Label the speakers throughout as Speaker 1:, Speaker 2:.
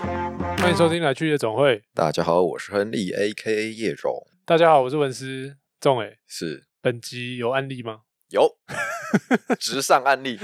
Speaker 1: 欢迎收听《来去夜总会》。
Speaker 2: 大家好，我是亨利，A.K.A 叶总，
Speaker 1: 大家好，我是文思仲诶。
Speaker 2: 是
Speaker 1: 本集有案例吗？
Speaker 2: 有直上案例，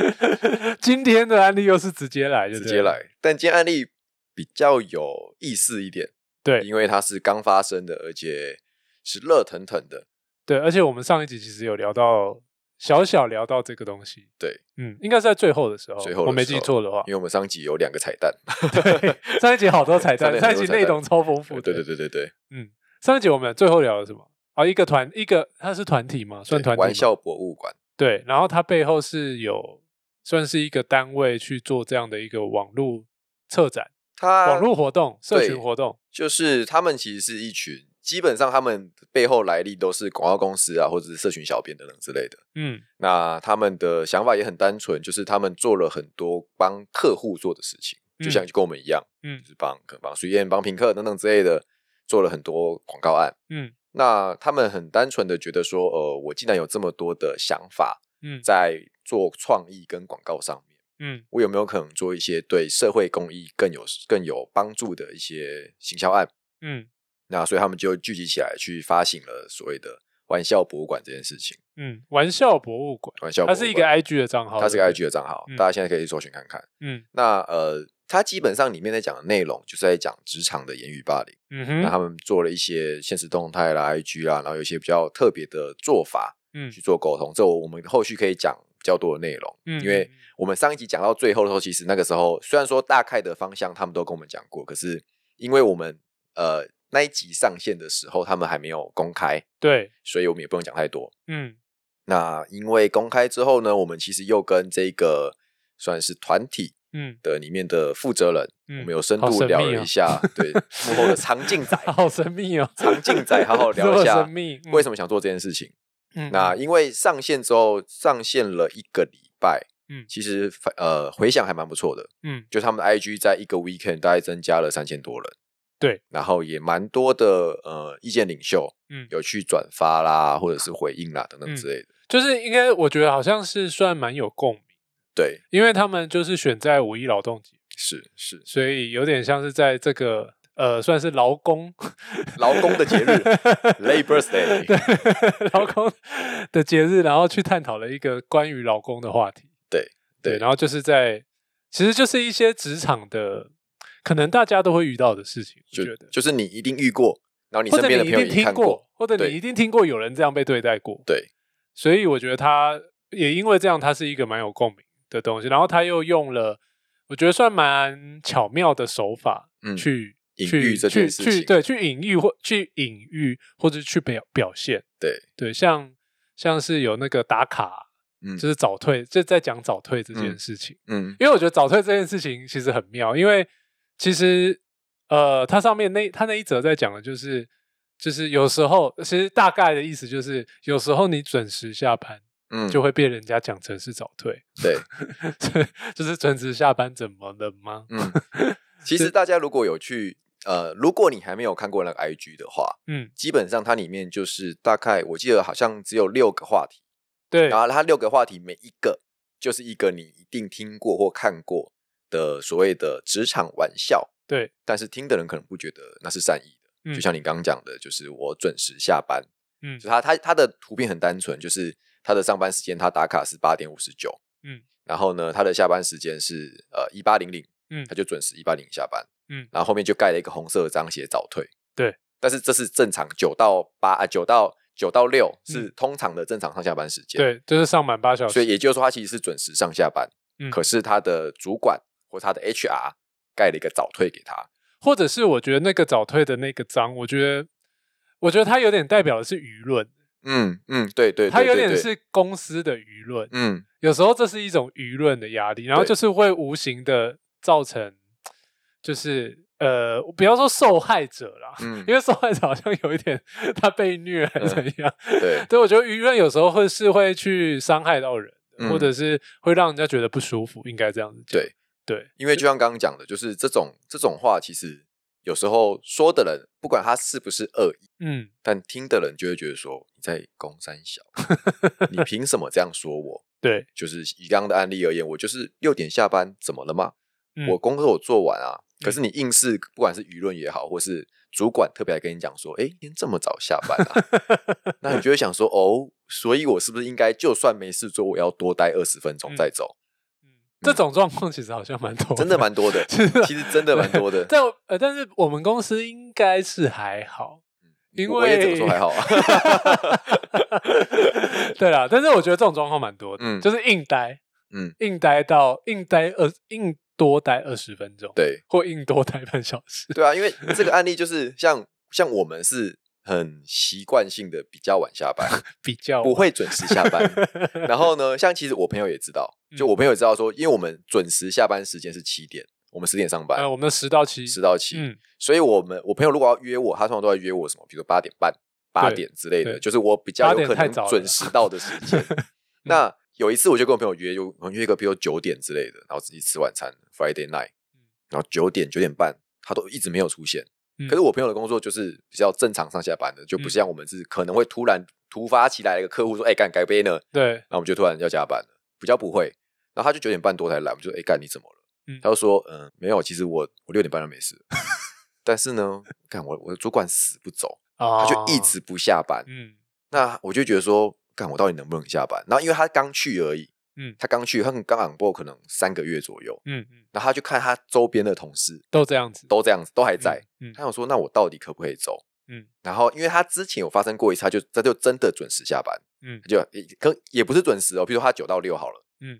Speaker 1: 今天的案例又是直接来就
Speaker 2: 直
Speaker 1: 对了，
Speaker 2: 接来。但今天案例比较有意思一点，
Speaker 1: 对
Speaker 2: 因为它是刚发生的，而且是热腾腾的。
Speaker 1: 对，而且我们上一集其实有聊到小小聊到这个东西，
Speaker 2: 对，
Speaker 1: 嗯，应该是在最后的时候，
Speaker 2: 最后的
Speaker 1: 我没
Speaker 2: 时
Speaker 1: 记
Speaker 2: 候
Speaker 1: 错的话
Speaker 2: 因，为我们上集有两个彩蛋，
Speaker 1: 哦对， 上一集好多彩蛋，
Speaker 2: 上
Speaker 1: 上一
Speaker 2: 一集
Speaker 1: 集
Speaker 2: 很多彩蛋
Speaker 1: 内容超丰富
Speaker 2: 对
Speaker 1: 的，
Speaker 2: 对对对对，
Speaker 1: 嗯，上一集我们最后聊了什么？啊，一个团，一个它是团体嘛，算团体吗
Speaker 2: 玩笑博物馆，
Speaker 1: 对，然后它背后是有算是一个单位去做这样的一个网络策展、
Speaker 2: 它
Speaker 1: 网络活动、社
Speaker 2: 对
Speaker 1: 群活动，
Speaker 2: 就是他们其实是一群，基本上他们背后来历都是广告公司啊，或者是社群小编等等之类的。
Speaker 1: 嗯，
Speaker 2: 那他们的想法也很单纯，就是他们做了很多帮客户做的事情，
Speaker 1: 嗯
Speaker 2: 就像跟我们一样，
Speaker 1: 嗯
Speaker 2: 就是帮可能帮水燕、帮平克等等之类的，做了很多广告案。
Speaker 1: 嗯，
Speaker 2: 那他们很单纯的觉得说，呃，我既然有这么多的想法，
Speaker 1: 嗯
Speaker 2: 在做创意跟广告上面，
Speaker 1: 嗯
Speaker 2: 我有没有可能做一些对社会公益更有更有帮助的一些行销案？
Speaker 1: 嗯
Speaker 2: 那所以他们就聚集起来去发行了所谓的玩笑博物馆这件事情。
Speaker 1: 嗯，玩笑博物馆，
Speaker 2: 玩笑博
Speaker 1: 它
Speaker 2: 物
Speaker 1: 是
Speaker 2: 馆，
Speaker 1: 一个 IG 的账号，
Speaker 2: 它是个
Speaker 1: 对不
Speaker 2: IG 的账号，
Speaker 1: 嗯
Speaker 2: 大家现在可以去搜寻看看。
Speaker 1: 对，嗯
Speaker 2: 那呃，它基本上里面在讲的内容就是在讲职场的言语霸凌。
Speaker 1: 嗯
Speaker 2: 那
Speaker 1: 哼，
Speaker 2: 他们做了一些现实动态啦、IG 啦，然后有一些比较特别的做法
Speaker 1: 嗯
Speaker 2: 去做沟通。这我我们后续可以讲比较多的内容，
Speaker 1: 嗯，
Speaker 2: 因为
Speaker 1: 嗯
Speaker 2: 我们上一集讲到最后的时候，其实那个时候虽然说大概的方向他们都跟我们讲过，可是因为我们呃那一集上线的时候，他们还没有公开，
Speaker 1: 对，
Speaker 2: 所以我们也不用讲太多。
Speaker 1: 嗯
Speaker 2: 那因为公开之后呢，我们其实又跟这个算是团体
Speaker 1: 嗯
Speaker 2: 的里面的负责人，
Speaker 1: 嗯，
Speaker 2: 我们有深
Speaker 1: 好
Speaker 2: 度
Speaker 1: 神
Speaker 2: 聊
Speaker 1: 秘
Speaker 2: 了
Speaker 1: 哦，
Speaker 2: 一下，对幕后的常进仔
Speaker 1: 好神秘哦，
Speaker 2: 常进仔好好聊
Speaker 1: 这
Speaker 2: 一
Speaker 1: 么
Speaker 2: 下
Speaker 1: 神秘，嗯
Speaker 2: 为什么想做这件事情。
Speaker 1: 么
Speaker 2: 那因为上线之后，上线了一个礼拜，
Speaker 1: 嗯
Speaker 2: 其实反呃回响还蛮不错的，
Speaker 1: 嗯
Speaker 2: 就他们的 IG 在一个 weekend 大概增加了三千多人，
Speaker 1: 对，
Speaker 2: 然后也蛮多的呃意见领袖
Speaker 1: 嗯，
Speaker 2: 有去转发啦，或者是回应啦等等之类的，
Speaker 1: 就是应该我觉得好像是算蛮有共鸣，
Speaker 2: 对，
Speaker 1: 因为他们就是选在五一劳动节。
Speaker 2: 是是
Speaker 1: 所以有点像是在这个呃，算是劳工
Speaker 2: 劳工的节 日，Labor's Day，
Speaker 1: 对劳工的节日，然后去探讨了一个关于劳工的话题。
Speaker 2: 对
Speaker 1: 对，
Speaker 2: 对
Speaker 1: 然后就是在其实就是一些职场的，可能大家都会遇到的事情，我
Speaker 2: 就
Speaker 1: 觉得，
Speaker 2: 就是你一定遇过，然后你
Speaker 1: 或
Speaker 2: 身
Speaker 1: 者
Speaker 2: 边的
Speaker 1: 你一
Speaker 2: 朋友
Speaker 1: 定听
Speaker 2: 也看过，，
Speaker 1: 或者
Speaker 2: 对
Speaker 1: 你一定听过有人这样被对待过。
Speaker 2: 对，
Speaker 1: 所以我觉得他也因为这样，他是一个蛮有共鸣的东西。然后他又用了，我觉得算蛮巧妙的手法
Speaker 2: 嗯
Speaker 1: 去、
Speaker 2: 隐
Speaker 1: 去
Speaker 2: 喻这件事
Speaker 1: 去去
Speaker 2: 情
Speaker 1: 对去隐喻或去隐喻或者去表表现。
Speaker 2: 对
Speaker 1: 对，像像是有那个打卡，
Speaker 2: 嗯
Speaker 1: 就是早退，就在讲早退这件事情。
Speaker 2: 嗯
Speaker 1: 因为我觉得早退这件事情其实很妙，因为其实呃，它上面那它那一则在讲的就是，就是有时候其实大概的意思就是，有时候你准时下班
Speaker 2: 嗯，
Speaker 1: 就会被人家讲成是早退，
Speaker 2: 对，
Speaker 1: 就是准时下班怎么了吗？
Speaker 2: 嗯， 其实大家如果有去呃，如果你还没有看过那个 IG 的话，
Speaker 1: 嗯，
Speaker 2: 基本上它里面就是大概我记得好像只有六个话题，
Speaker 1: 对，
Speaker 2: 然后它六个话题每一个就是一个你一定听过或看过的所谓的职场玩笑，
Speaker 1: 对，
Speaker 2: 但是听的人可能不觉得那是善意的。
Speaker 1: 嗯
Speaker 2: 就像你刚刚讲的，就是我准时下班，
Speaker 1: 嗯
Speaker 2: 就他他他的图片很单纯，就是他的上班时间他打卡是八点五十九，
Speaker 1: 嗯，
Speaker 2: 然后呢他的下班时间是呃一八零零，
Speaker 1: 嗯
Speaker 2: 他就准时一八零下班，
Speaker 1: 嗯
Speaker 2: 然后后面就盖了一个红色的章写早退，
Speaker 1: 对，
Speaker 2: 但是这是正常九到八啊九到九到六是
Speaker 1: 嗯
Speaker 2: 通常的正常上下班时间，
Speaker 1: 对，就是上满八小时，
Speaker 2: 所以也就是说他其实是准时上下班，
Speaker 1: 嗯
Speaker 2: 可是他的主管或他的 HR 盖了一个早退给他，
Speaker 1: 或者是我觉得那个早退的那个章，我觉得我觉得它有点代表的是舆论，
Speaker 2: 嗯嗯，对对，
Speaker 1: 它
Speaker 2: 对
Speaker 1: 有
Speaker 2: 对
Speaker 1: 点
Speaker 2: 对
Speaker 1: 是公司的舆论，
Speaker 2: 嗯
Speaker 1: 有时候这是一种舆论的压力，然后
Speaker 2: 对
Speaker 1: 就是会无形的造成，就是呃，不要说受害者啦，
Speaker 2: 嗯
Speaker 1: 因为受害者好像有一点他被虐还是怎样，
Speaker 2: 对
Speaker 1: 对，我觉得舆论有时候会是会去伤害到人的，
Speaker 2: 嗯
Speaker 1: 或者是会让人家觉得不舒服，应该这样子讲。
Speaker 2: 对
Speaker 1: 对，
Speaker 2: 因为就像刚刚讲的，就是这种这种话，其实有时候说的人，不管他是不是恶意，
Speaker 1: 嗯，
Speaker 2: 但听的人就会觉得说你在攻三小， 你凭什么这样说我？
Speaker 1: 对，
Speaker 2: 就是以刚刚的案例而言，我就是六点下班，怎么了吗？
Speaker 1: 嗯
Speaker 2: 我工作我做完啊，可
Speaker 1: 嗯
Speaker 2: 是你硬是不管是舆论也好，或是主管特别来跟你讲说，哎、今天这么早下班啊，那你就会想说，哦，所以我是不是应该就算没事做，我要多待二十分钟再走？
Speaker 1: 这种状况其实好像蛮多，，
Speaker 2: 真的蛮多的
Speaker 1: 是啊
Speaker 2: 其实真的蛮多的。
Speaker 1: 但我呃，但是我们公司应该是还好， 因为
Speaker 2: 我也怎么说还好 啊，
Speaker 1: 对啦，但是我觉得这种状况蛮多的，
Speaker 2: 嗯
Speaker 1: 就是硬待，
Speaker 2: 嗯，
Speaker 1: 硬待到硬待二硬多待二十分钟，，
Speaker 2: 对。
Speaker 1: 或硬多待半小时，
Speaker 2: 对啊，因为这个案例就是像像我们是很习惯性的比较晚下班，
Speaker 1: 比较
Speaker 2: 不会准时下 班。然后呢，像其实我朋友也知道，就
Speaker 1: 嗯
Speaker 2: 我朋友也知道说，因为我们准时下班时间是七点，我们十点上
Speaker 1: 呃，
Speaker 2: 班，
Speaker 1: 我们的十到七，
Speaker 2: 十到七，
Speaker 1: 嗯
Speaker 2: 所以我们我朋友如果要约我，他通常都在约我什么，比如说八点半、八
Speaker 1: 对
Speaker 2: 点之类的，
Speaker 1: 对
Speaker 2: 就是我比较
Speaker 1: 8
Speaker 2: 有
Speaker 1: 点
Speaker 2: 可
Speaker 1: 太
Speaker 2: 能
Speaker 1: 早了
Speaker 2: 准时到的时 间。那有一次我就跟我朋友约，有我们约一个比如九点之类的，然后自己吃晚餐，Friday night，然后九点九点半他都一直没有出现。
Speaker 1: 嗯
Speaker 2: 可是我朋友的工作就是比较正常上下班的，就不
Speaker 1: 嗯
Speaker 2: 像我们是可能会突然突发奇来的一个客户说，哎、干改杯呢，
Speaker 1: 对，
Speaker 2: 然后我们就突然要加班了，比较不会。然后他就九点半多才来，我们就说：“哎、干你怎么了？”
Speaker 1: 嗯
Speaker 2: 他就说：“嗯，没有，其实我我六点半就没事了， 但是呢，干我我的主管死不走，他
Speaker 1: 他
Speaker 2: 就一直不下班。
Speaker 1: 嗯
Speaker 2: 那我就觉得说，干我到底能不能下班？然后因为他刚去而已，
Speaker 1: 嗯
Speaker 2: 他刚去，他可能刚 on board 可能三个月左右，
Speaker 1: 嗯嗯，
Speaker 2: 然后他就看他周边的同事
Speaker 1: 都这样子，
Speaker 2: 都这样子，都还在，
Speaker 1: 嗯，
Speaker 2: 他
Speaker 1: 嗯
Speaker 2: 想说，那我到底可不可以走？
Speaker 1: 嗯
Speaker 2: 然后，因为他之前有发生过一次，他就他就真的准时下班，
Speaker 1: 嗯
Speaker 2: 他就也可也不是准时哦，比如说他九到六好了，
Speaker 1: 嗯，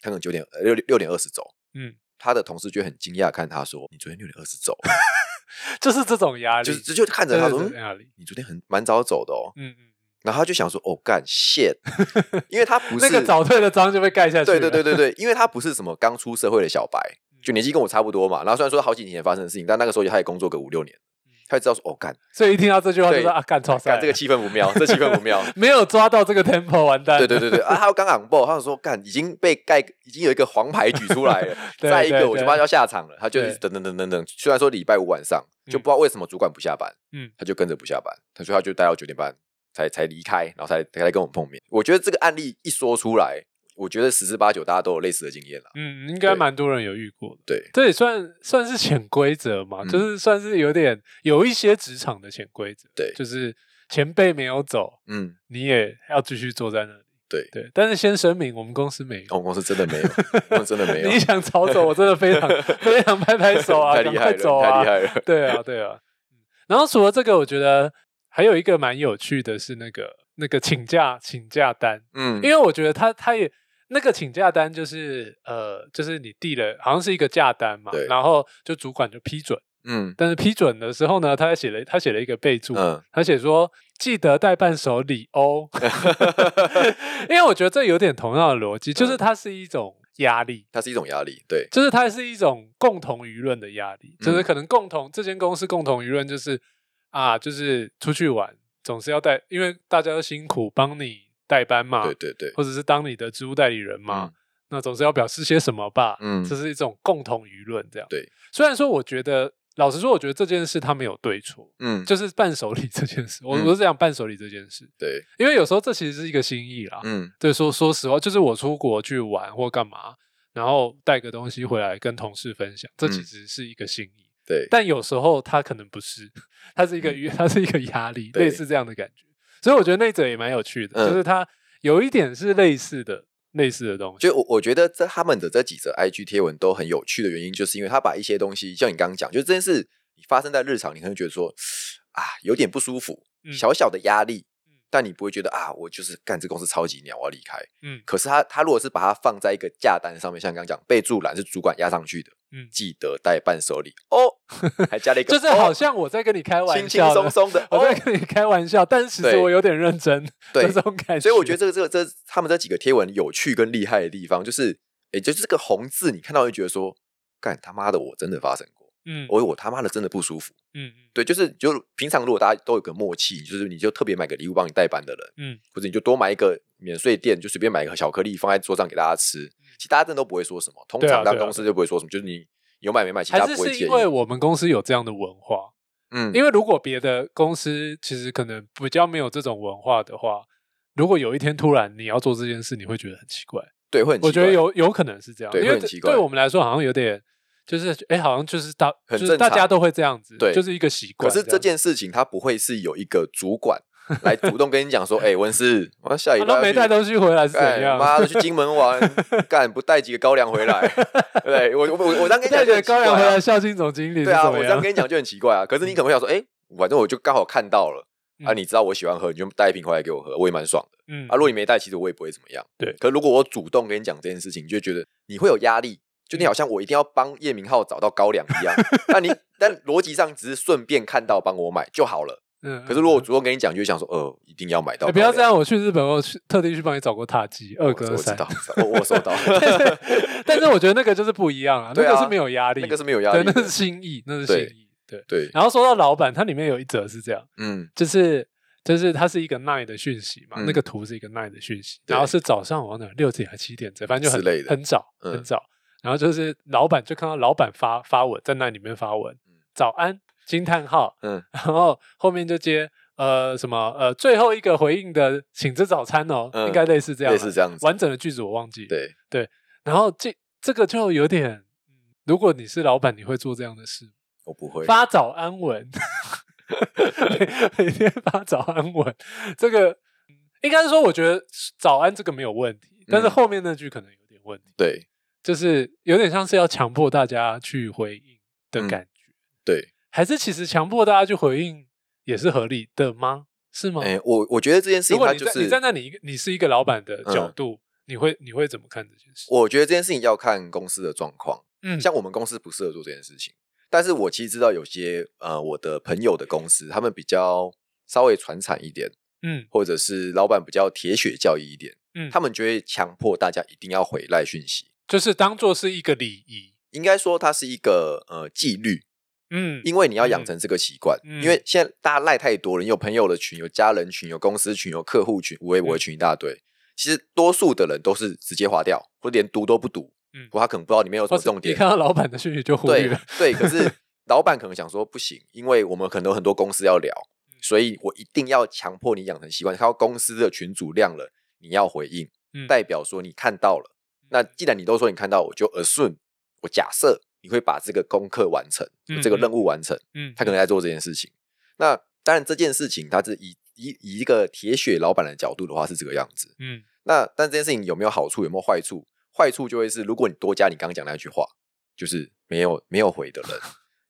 Speaker 2: 他可能九点呃六六点二十走，
Speaker 1: 嗯，
Speaker 2: 他的同事就很惊讶看他说，你昨天六点二十走，
Speaker 1: 嗯就是这种压力，
Speaker 2: 就是就就看着
Speaker 1: 真
Speaker 2: 他
Speaker 1: 的
Speaker 2: 说，
Speaker 1: 是这种
Speaker 2: 嗯
Speaker 1: 压力，
Speaker 2: 你昨天很蛮早走的哦，
Speaker 1: 嗯嗯，
Speaker 2: 然后他就想说，哦干 shit，因为他不是
Speaker 1: 那个早退的章就被盖下去，嗯
Speaker 2: 对对对，对对，因为他不是什么刚出社会的小白，就年纪跟我差不多嘛，然后虽然说好几年前发生的事情，但那个时候他也工作个五六年，
Speaker 1: 嗯
Speaker 2: 他就知道说，哦干
Speaker 1: 所以一听到这句话就
Speaker 2: 对
Speaker 1: 说啊，干超赛
Speaker 2: 干
Speaker 1: 了，
Speaker 2: 这个气氛不妙，这气氛不妙。
Speaker 1: 没有抓到这个 tempo，完 蛋，，
Speaker 2: 对对对对啊！还有刚 on board，他就说干已经被盖，已经有一个黄牌举出来了
Speaker 1: 对
Speaker 2: 再一
Speaker 1: 对
Speaker 2: 个我就
Speaker 1: 对
Speaker 2: 怕要下场了，他就一直
Speaker 1: 对
Speaker 2: 等等等等等。虽然说礼拜五晚上就
Speaker 1: 嗯
Speaker 2: 不知道为什么主管不下班，
Speaker 1: 嗯
Speaker 2: 嗯，他就跟着不下班，他说他就待到九点半才才离开，然后才才来跟我们碰面。我觉得这个案例一说出来，我觉得十之八九大家都有类似的经验啦。
Speaker 1: 嗯，应该
Speaker 2: 对
Speaker 1: 蛮多人有遇过的。
Speaker 2: 对，
Speaker 1: 这也算算是潜规则嘛，
Speaker 2: 嗯
Speaker 1: 就是算是有点有一些职场的潜规则，
Speaker 2: 对
Speaker 1: 就是前辈没有走，
Speaker 2: 嗯，
Speaker 1: 你也要继续坐在那里，
Speaker 2: 对
Speaker 1: 对。但是先声明，我们公司没有，
Speaker 2: 我哦们公司真的没 有，我们真的没有
Speaker 1: 你，想逃走，我真的非常 非常拍拍手啊，
Speaker 2: 太
Speaker 1: 赶
Speaker 2: 厉害
Speaker 1: 快
Speaker 2: 了，
Speaker 1: 走
Speaker 2: 太
Speaker 1: 啊
Speaker 2: 厉，害了。
Speaker 1: 对啊，对啊。然后除了这个，我觉得还有一个蛮有趣的是那个那个请假请假单，
Speaker 2: 嗯
Speaker 1: 因，为我觉得他他也那个请假单就是呃，就是你递了好像是一个假单嘛
Speaker 2: 对，
Speaker 1: 然后就主管就批准，
Speaker 2: 嗯
Speaker 1: 但是批准的时候呢，他还写了他写了一个备注，
Speaker 2: 嗯，
Speaker 1: 他写说记得带伴手礼哦， 因为我觉得这有点同样的逻辑，就是
Speaker 2: 嗯
Speaker 1: 它是一种压力。
Speaker 2: 它是一种压力，对，
Speaker 1: 就是它是一种共同舆论的压力，就是
Speaker 2: 嗯
Speaker 1: 可能共同、这间公司共同舆论就是啊，就是出去玩总是要带，因为大家都辛苦帮你代班嘛，
Speaker 2: 对对对，
Speaker 1: 或者是当你的职务代理人嘛，
Speaker 2: 嗯
Speaker 1: 那总是要表示些什么吧。
Speaker 2: 嗯
Speaker 1: 这是一种共同舆论，这样。
Speaker 2: 对，
Speaker 1: 虽然说我觉得，老实说，我觉得这件事他没有对错，
Speaker 2: 嗯，
Speaker 1: 就是伴手礼 这件事，我、
Speaker 2: 嗯
Speaker 1: 我是讲伴手礼这件事，
Speaker 2: 对，
Speaker 1: 因为有时候这其实是一个心意啦。
Speaker 2: 嗯
Speaker 1: 对，说说实话，就是我出国去玩或干嘛，然后带个东西回来跟同事分享，这
Speaker 2: 嗯
Speaker 1: 其实是一个心意。
Speaker 2: 对，
Speaker 1: 但有时候它可能不是，它是一个 它是一个压力，
Speaker 2: 嗯对
Speaker 1: 类似这样的感觉。所以我觉得那则也蛮有趣的，
Speaker 2: 嗯
Speaker 1: 就是它有一点是类似的类似的东西。
Speaker 2: 就我我觉得这他们的这几则 IG 贴文都很有趣的原因，就是因为他把一些东西，像你刚刚讲，就这件事你发生在日常，你可能觉得说啊有点不舒服，
Speaker 1: 嗯
Speaker 2: 小小的压力
Speaker 1: 嗯，
Speaker 2: 但你不会觉得啊我就是干这公司超级鸟，我要离开。
Speaker 1: 嗯
Speaker 2: 可是他他如果是把它放在一个价单上面，像刚刚讲备注栏是主管压上去的，
Speaker 1: 嗯，
Speaker 2: 记得带伴手礼哦，还加了一个，
Speaker 1: 就是好
Speaker 2: 哦
Speaker 1: 像我在跟你开
Speaker 2: 轻
Speaker 1: 玩
Speaker 2: 轻
Speaker 1: 笑的，
Speaker 2: 松松的，
Speaker 1: 我
Speaker 2: 哦
Speaker 1: 在跟你开玩笑，但是其实
Speaker 2: 对
Speaker 1: 我有点认真，
Speaker 2: 对
Speaker 1: 这种感觉。
Speaker 2: 所以我觉得这个这个这他们这几个贴文有趣跟厉害的地方，就是也就是这个红字，你看到就觉得说，干他妈的我真的发生过，
Speaker 1: 嗯，
Speaker 2: 我我他妈的真的不舒服。
Speaker 1: 嗯嗯
Speaker 2: 对，就是就平常如果大家都有个默契，就是你就特别买个礼物帮你代班的人，
Speaker 1: 嗯，
Speaker 2: 或者你就多买一个免税店，就随便买一个小颗粒放在桌上给大家吃，其实大家真的都不会说什么，通
Speaker 1: 嗯对啊
Speaker 2: 常当
Speaker 1: 对啊
Speaker 2: 公司就不会说什么，就是你有买没买，其实
Speaker 1: 还
Speaker 2: 大
Speaker 1: 是
Speaker 2: 家不会
Speaker 1: 是
Speaker 2: 介
Speaker 1: 因
Speaker 2: 意。
Speaker 1: 为我们公司有这样的文化，
Speaker 2: 嗯，
Speaker 1: 因为如果别的公司其实可能比较没有这种文化的话，如果有一天突然你要做这件事，你会觉得很奇怪。
Speaker 2: 对，会很
Speaker 1: 我
Speaker 2: 奇
Speaker 1: 觉得
Speaker 2: 怪
Speaker 1: 有有可能是这样，
Speaker 2: 对
Speaker 1: 因为
Speaker 2: 会很
Speaker 1: 这
Speaker 2: 奇怪
Speaker 1: 对我们来说好像有点就是哎、好像就是大，
Speaker 2: 很
Speaker 1: 就是大
Speaker 2: 正常
Speaker 1: 家都会这样子，
Speaker 2: 对
Speaker 1: 就是一个习
Speaker 2: 可
Speaker 1: 惯样子。
Speaker 2: 是这件事情，他不会是有一个主管来主动跟 你讲说，哎、温室，我下礼
Speaker 1: 他
Speaker 2: 拜
Speaker 1: 啊都没带
Speaker 2: 要去
Speaker 1: 东西回来是 怎
Speaker 2: 哎
Speaker 1: 样？
Speaker 2: 妈的， 去金门玩，干不带几个高粱 回来？对我我我我这样跟你
Speaker 1: 带
Speaker 2: 讲就
Speaker 1: 着
Speaker 2: 很奇
Speaker 1: 高粱
Speaker 2: 怪
Speaker 1: 回
Speaker 2: 啊
Speaker 1: 来孝敬总 经理是怎
Speaker 2: 对啊，我
Speaker 1: 么
Speaker 2: 这样
Speaker 1: 样？
Speaker 2: 跟你讲就很奇怪啊。可是你可能会想说，哎、反正我就刚好看到了。啊，
Speaker 1: 嗯
Speaker 2: 你知道我喜欢喝，你就带一瓶回来给我喝，我也蛮爽的。
Speaker 1: 嗯
Speaker 2: 啊，如果你没带，其实我也不会怎么样。
Speaker 1: 对
Speaker 2: 可如果我主动跟你讲这件事情，你就会觉得你会有压力，就
Speaker 1: 嗯
Speaker 2: 你好像我一定要帮叶明浩找到高粱 一样。那你但逻辑上只是顺便看到帮我买就好了。
Speaker 1: 嗯
Speaker 2: 可是如果我主动跟你讲，你就会想说，呃，一定要买到
Speaker 1: 哎
Speaker 2: 高粱。
Speaker 1: 不要这样，我去日本，我去特地去帮你找过塔吉
Speaker 2: 我，
Speaker 1: 二
Speaker 2: 我
Speaker 1: 哥
Speaker 2: 知
Speaker 1: 三。
Speaker 2: 道，我我收到，
Speaker 1: 但是我觉得那个就是不一样啊，那
Speaker 2: 对啊
Speaker 1: 个是没有压力，
Speaker 2: 那个是没有压力
Speaker 1: 对，
Speaker 2: 的。
Speaker 1: 那是心意，那是
Speaker 2: 对
Speaker 1: 心意。对，
Speaker 2: 对，
Speaker 1: 然后说到老板，它里面有一则是这样，
Speaker 2: 嗯，
Speaker 1: 就是就是它是一个 nine 的讯息嘛，
Speaker 2: 嗯
Speaker 1: 那个图是一个 nine 的讯息，
Speaker 2: 对
Speaker 1: 然后是早上我那六点还七点这，反正就很
Speaker 2: 之类的
Speaker 1: 很早
Speaker 2: 嗯
Speaker 1: 很早，然后就是老板就看到老板发发文在那里面发文
Speaker 2: 嗯，
Speaker 1: 早安惊叹号，
Speaker 2: 嗯，
Speaker 1: 然后后面就接呃什么呃最后一个回应的请吃早餐哦，
Speaker 2: 嗯
Speaker 1: 应该类似这样啊，
Speaker 2: 类似这样子
Speaker 1: 完整的句子我忘记，，
Speaker 2: 对，
Speaker 1: 然后这这个就有点，嗯如果你是老板，你会做这样的事吗？
Speaker 2: 我不会。
Speaker 1: 发早安文， 每每天发早安文，这个嗯应该是说，我觉得早安这个没有问题，但是
Speaker 2: 嗯
Speaker 1: 后面那句可能有点问题，
Speaker 2: 对
Speaker 1: 就是有点像是要强迫大家去回应的
Speaker 2: 嗯
Speaker 1: 感觉，
Speaker 2: 对，
Speaker 1: 还是其实强迫大家去回应也是合理的吗？是吗？
Speaker 2: 哎、我我觉得这件事
Speaker 1: 嗯如
Speaker 2: 情
Speaker 1: 果
Speaker 2: 它
Speaker 1: 你
Speaker 2: 就
Speaker 1: 在
Speaker 2: 是
Speaker 1: 你站在你一个你是一个老板的角
Speaker 2: 嗯
Speaker 1: 度，你会你会怎么看这件事？
Speaker 2: 我觉得这件事情要看公司的状况，
Speaker 1: 嗯
Speaker 2: 像我们公司不适合做这件事情，但是我其实知道有些呃我的朋友的公司，他们比较稍微传产一点，
Speaker 1: 嗯
Speaker 2: 或者是老板比较铁血教义一点，
Speaker 1: 嗯，
Speaker 2: 他们就会强迫大家一定要回赖讯息。
Speaker 1: 就是当做是一个礼仪，
Speaker 2: 应该说它是一个呃纪律，
Speaker 1: 嗯
Speaker 2: 因为你要养
Speaker 1: 嗯
Speaker 2: 成这个习惯，
Speaker 1: 嗯
Speaker 2: 因为现在大家赖太多了，你有朋友的群，有家人群，有公司群，有客户群，无微博
Speaker 1: 嗯
Speaker 2: 群一大堆。其实多数的人都是直接划掉，或连读都不读，
Speaker 1: 嗯
Speaker 2: 不过他可能不知道里面有什
Speaker 1: 或
Speaker 2: 么
Speaker 1: 是
Speaker 2: 重点
Speaker 1: 一。看到老板的讯息就忽略
Speaker 2: 对
Speaker 1: 了。
Speaker 2: 对，可是老板可能想说不行，因为我们可能有很多公司要聊，
Speaker 1: 嗯
Speaker 2: 所以我一定要强迫你养成习惯。看到公司的群组量了，你要回应，
Speaker 1: 嗯
Speaker 2: 代表说你看到了。那既然你都说你看到，我就 assume，我假设你会把这个功课完成，
Speaker 1: 嗯
Speaker 2: 这个
Speaker 1: 嗯
Speaker 2: 任务完成。
Speaker 1: 嗯，
Speaker 2: 他可能在做这件事情。那当然，这件事情他是以以以一个铁血老板的角度的话是这个样子。
Speaker 1: 嗯
Speaker 2: 那但这件事情有没有好处，有没有坏处？坏处就会是，如果你多加你刚刚讲那句话，就是没有没有回的人，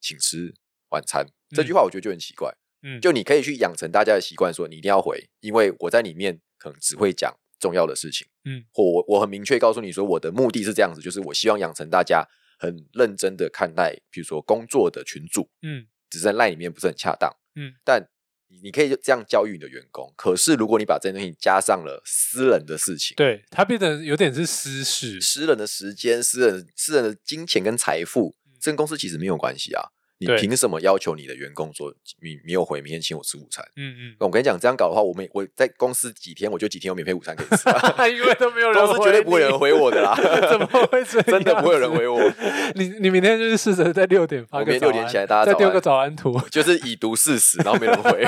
Speaker 2: 请吃晚餐。这句话我觉得就很奇怪。
Speaker 1: 嗯，
Speaker 2: 就你可以去养成大家的习惯，说你一定要回，因为我在里面可能只会讲重要的事情，
Speaker 1: 嗯，
Speaker 2: 或我我很明确告诉你说我的目的是这样子，就是我希望养成大家很认真的看待，比如说工作的群组，
Speaker 1: 嗯
Speaker 2: 只是在赖里面不是很恰当，
Speaker 1: 嗯，
Speaker 2: 但你你可以这样教育你的员工，可是如果你把这件东西加上了私人的事情，
Speaker 1: 对他变得有点是私事，
Speaker 2: 私人的时间、私人私人的金钱跟财富
Speaker 1: 嗯，
Speaker 2: 这跟公司其实没有关系啊。你
Speaker 1: 对
Speaker 2: 凭什么要求你的员工说你你没有回，明天请我吃午餐？
Speaker 1: 嗯
Speaker 2: 我跟你讲，这样搞的话，我每我在公司几天，我就几天有免费午餐可以吃、啊。
Speaker 1: 嗯， 因为都 没有 人回
Speaker 2: 公司
Speaker 1: 你，，
Speaker 2: 绝对不会有人回我的啦
Speaker 1: 怎么会这样？
Speaker 2: 真的不会有人回我。
Speaker 1: 你你明天就是试着在六点发
Speaker 2: 我
Speaker 1: 个
Speaker 2: 明天
Speaker 1: 早安，
Speaker 2: 六点起来大家
Speaker 1: 再
Speaker 2: 早
Speaker 1: 丢
Speaker 2: 安
Speaker 1: 个早安图。
Speaker 2: 就是已读事实，然后没人回。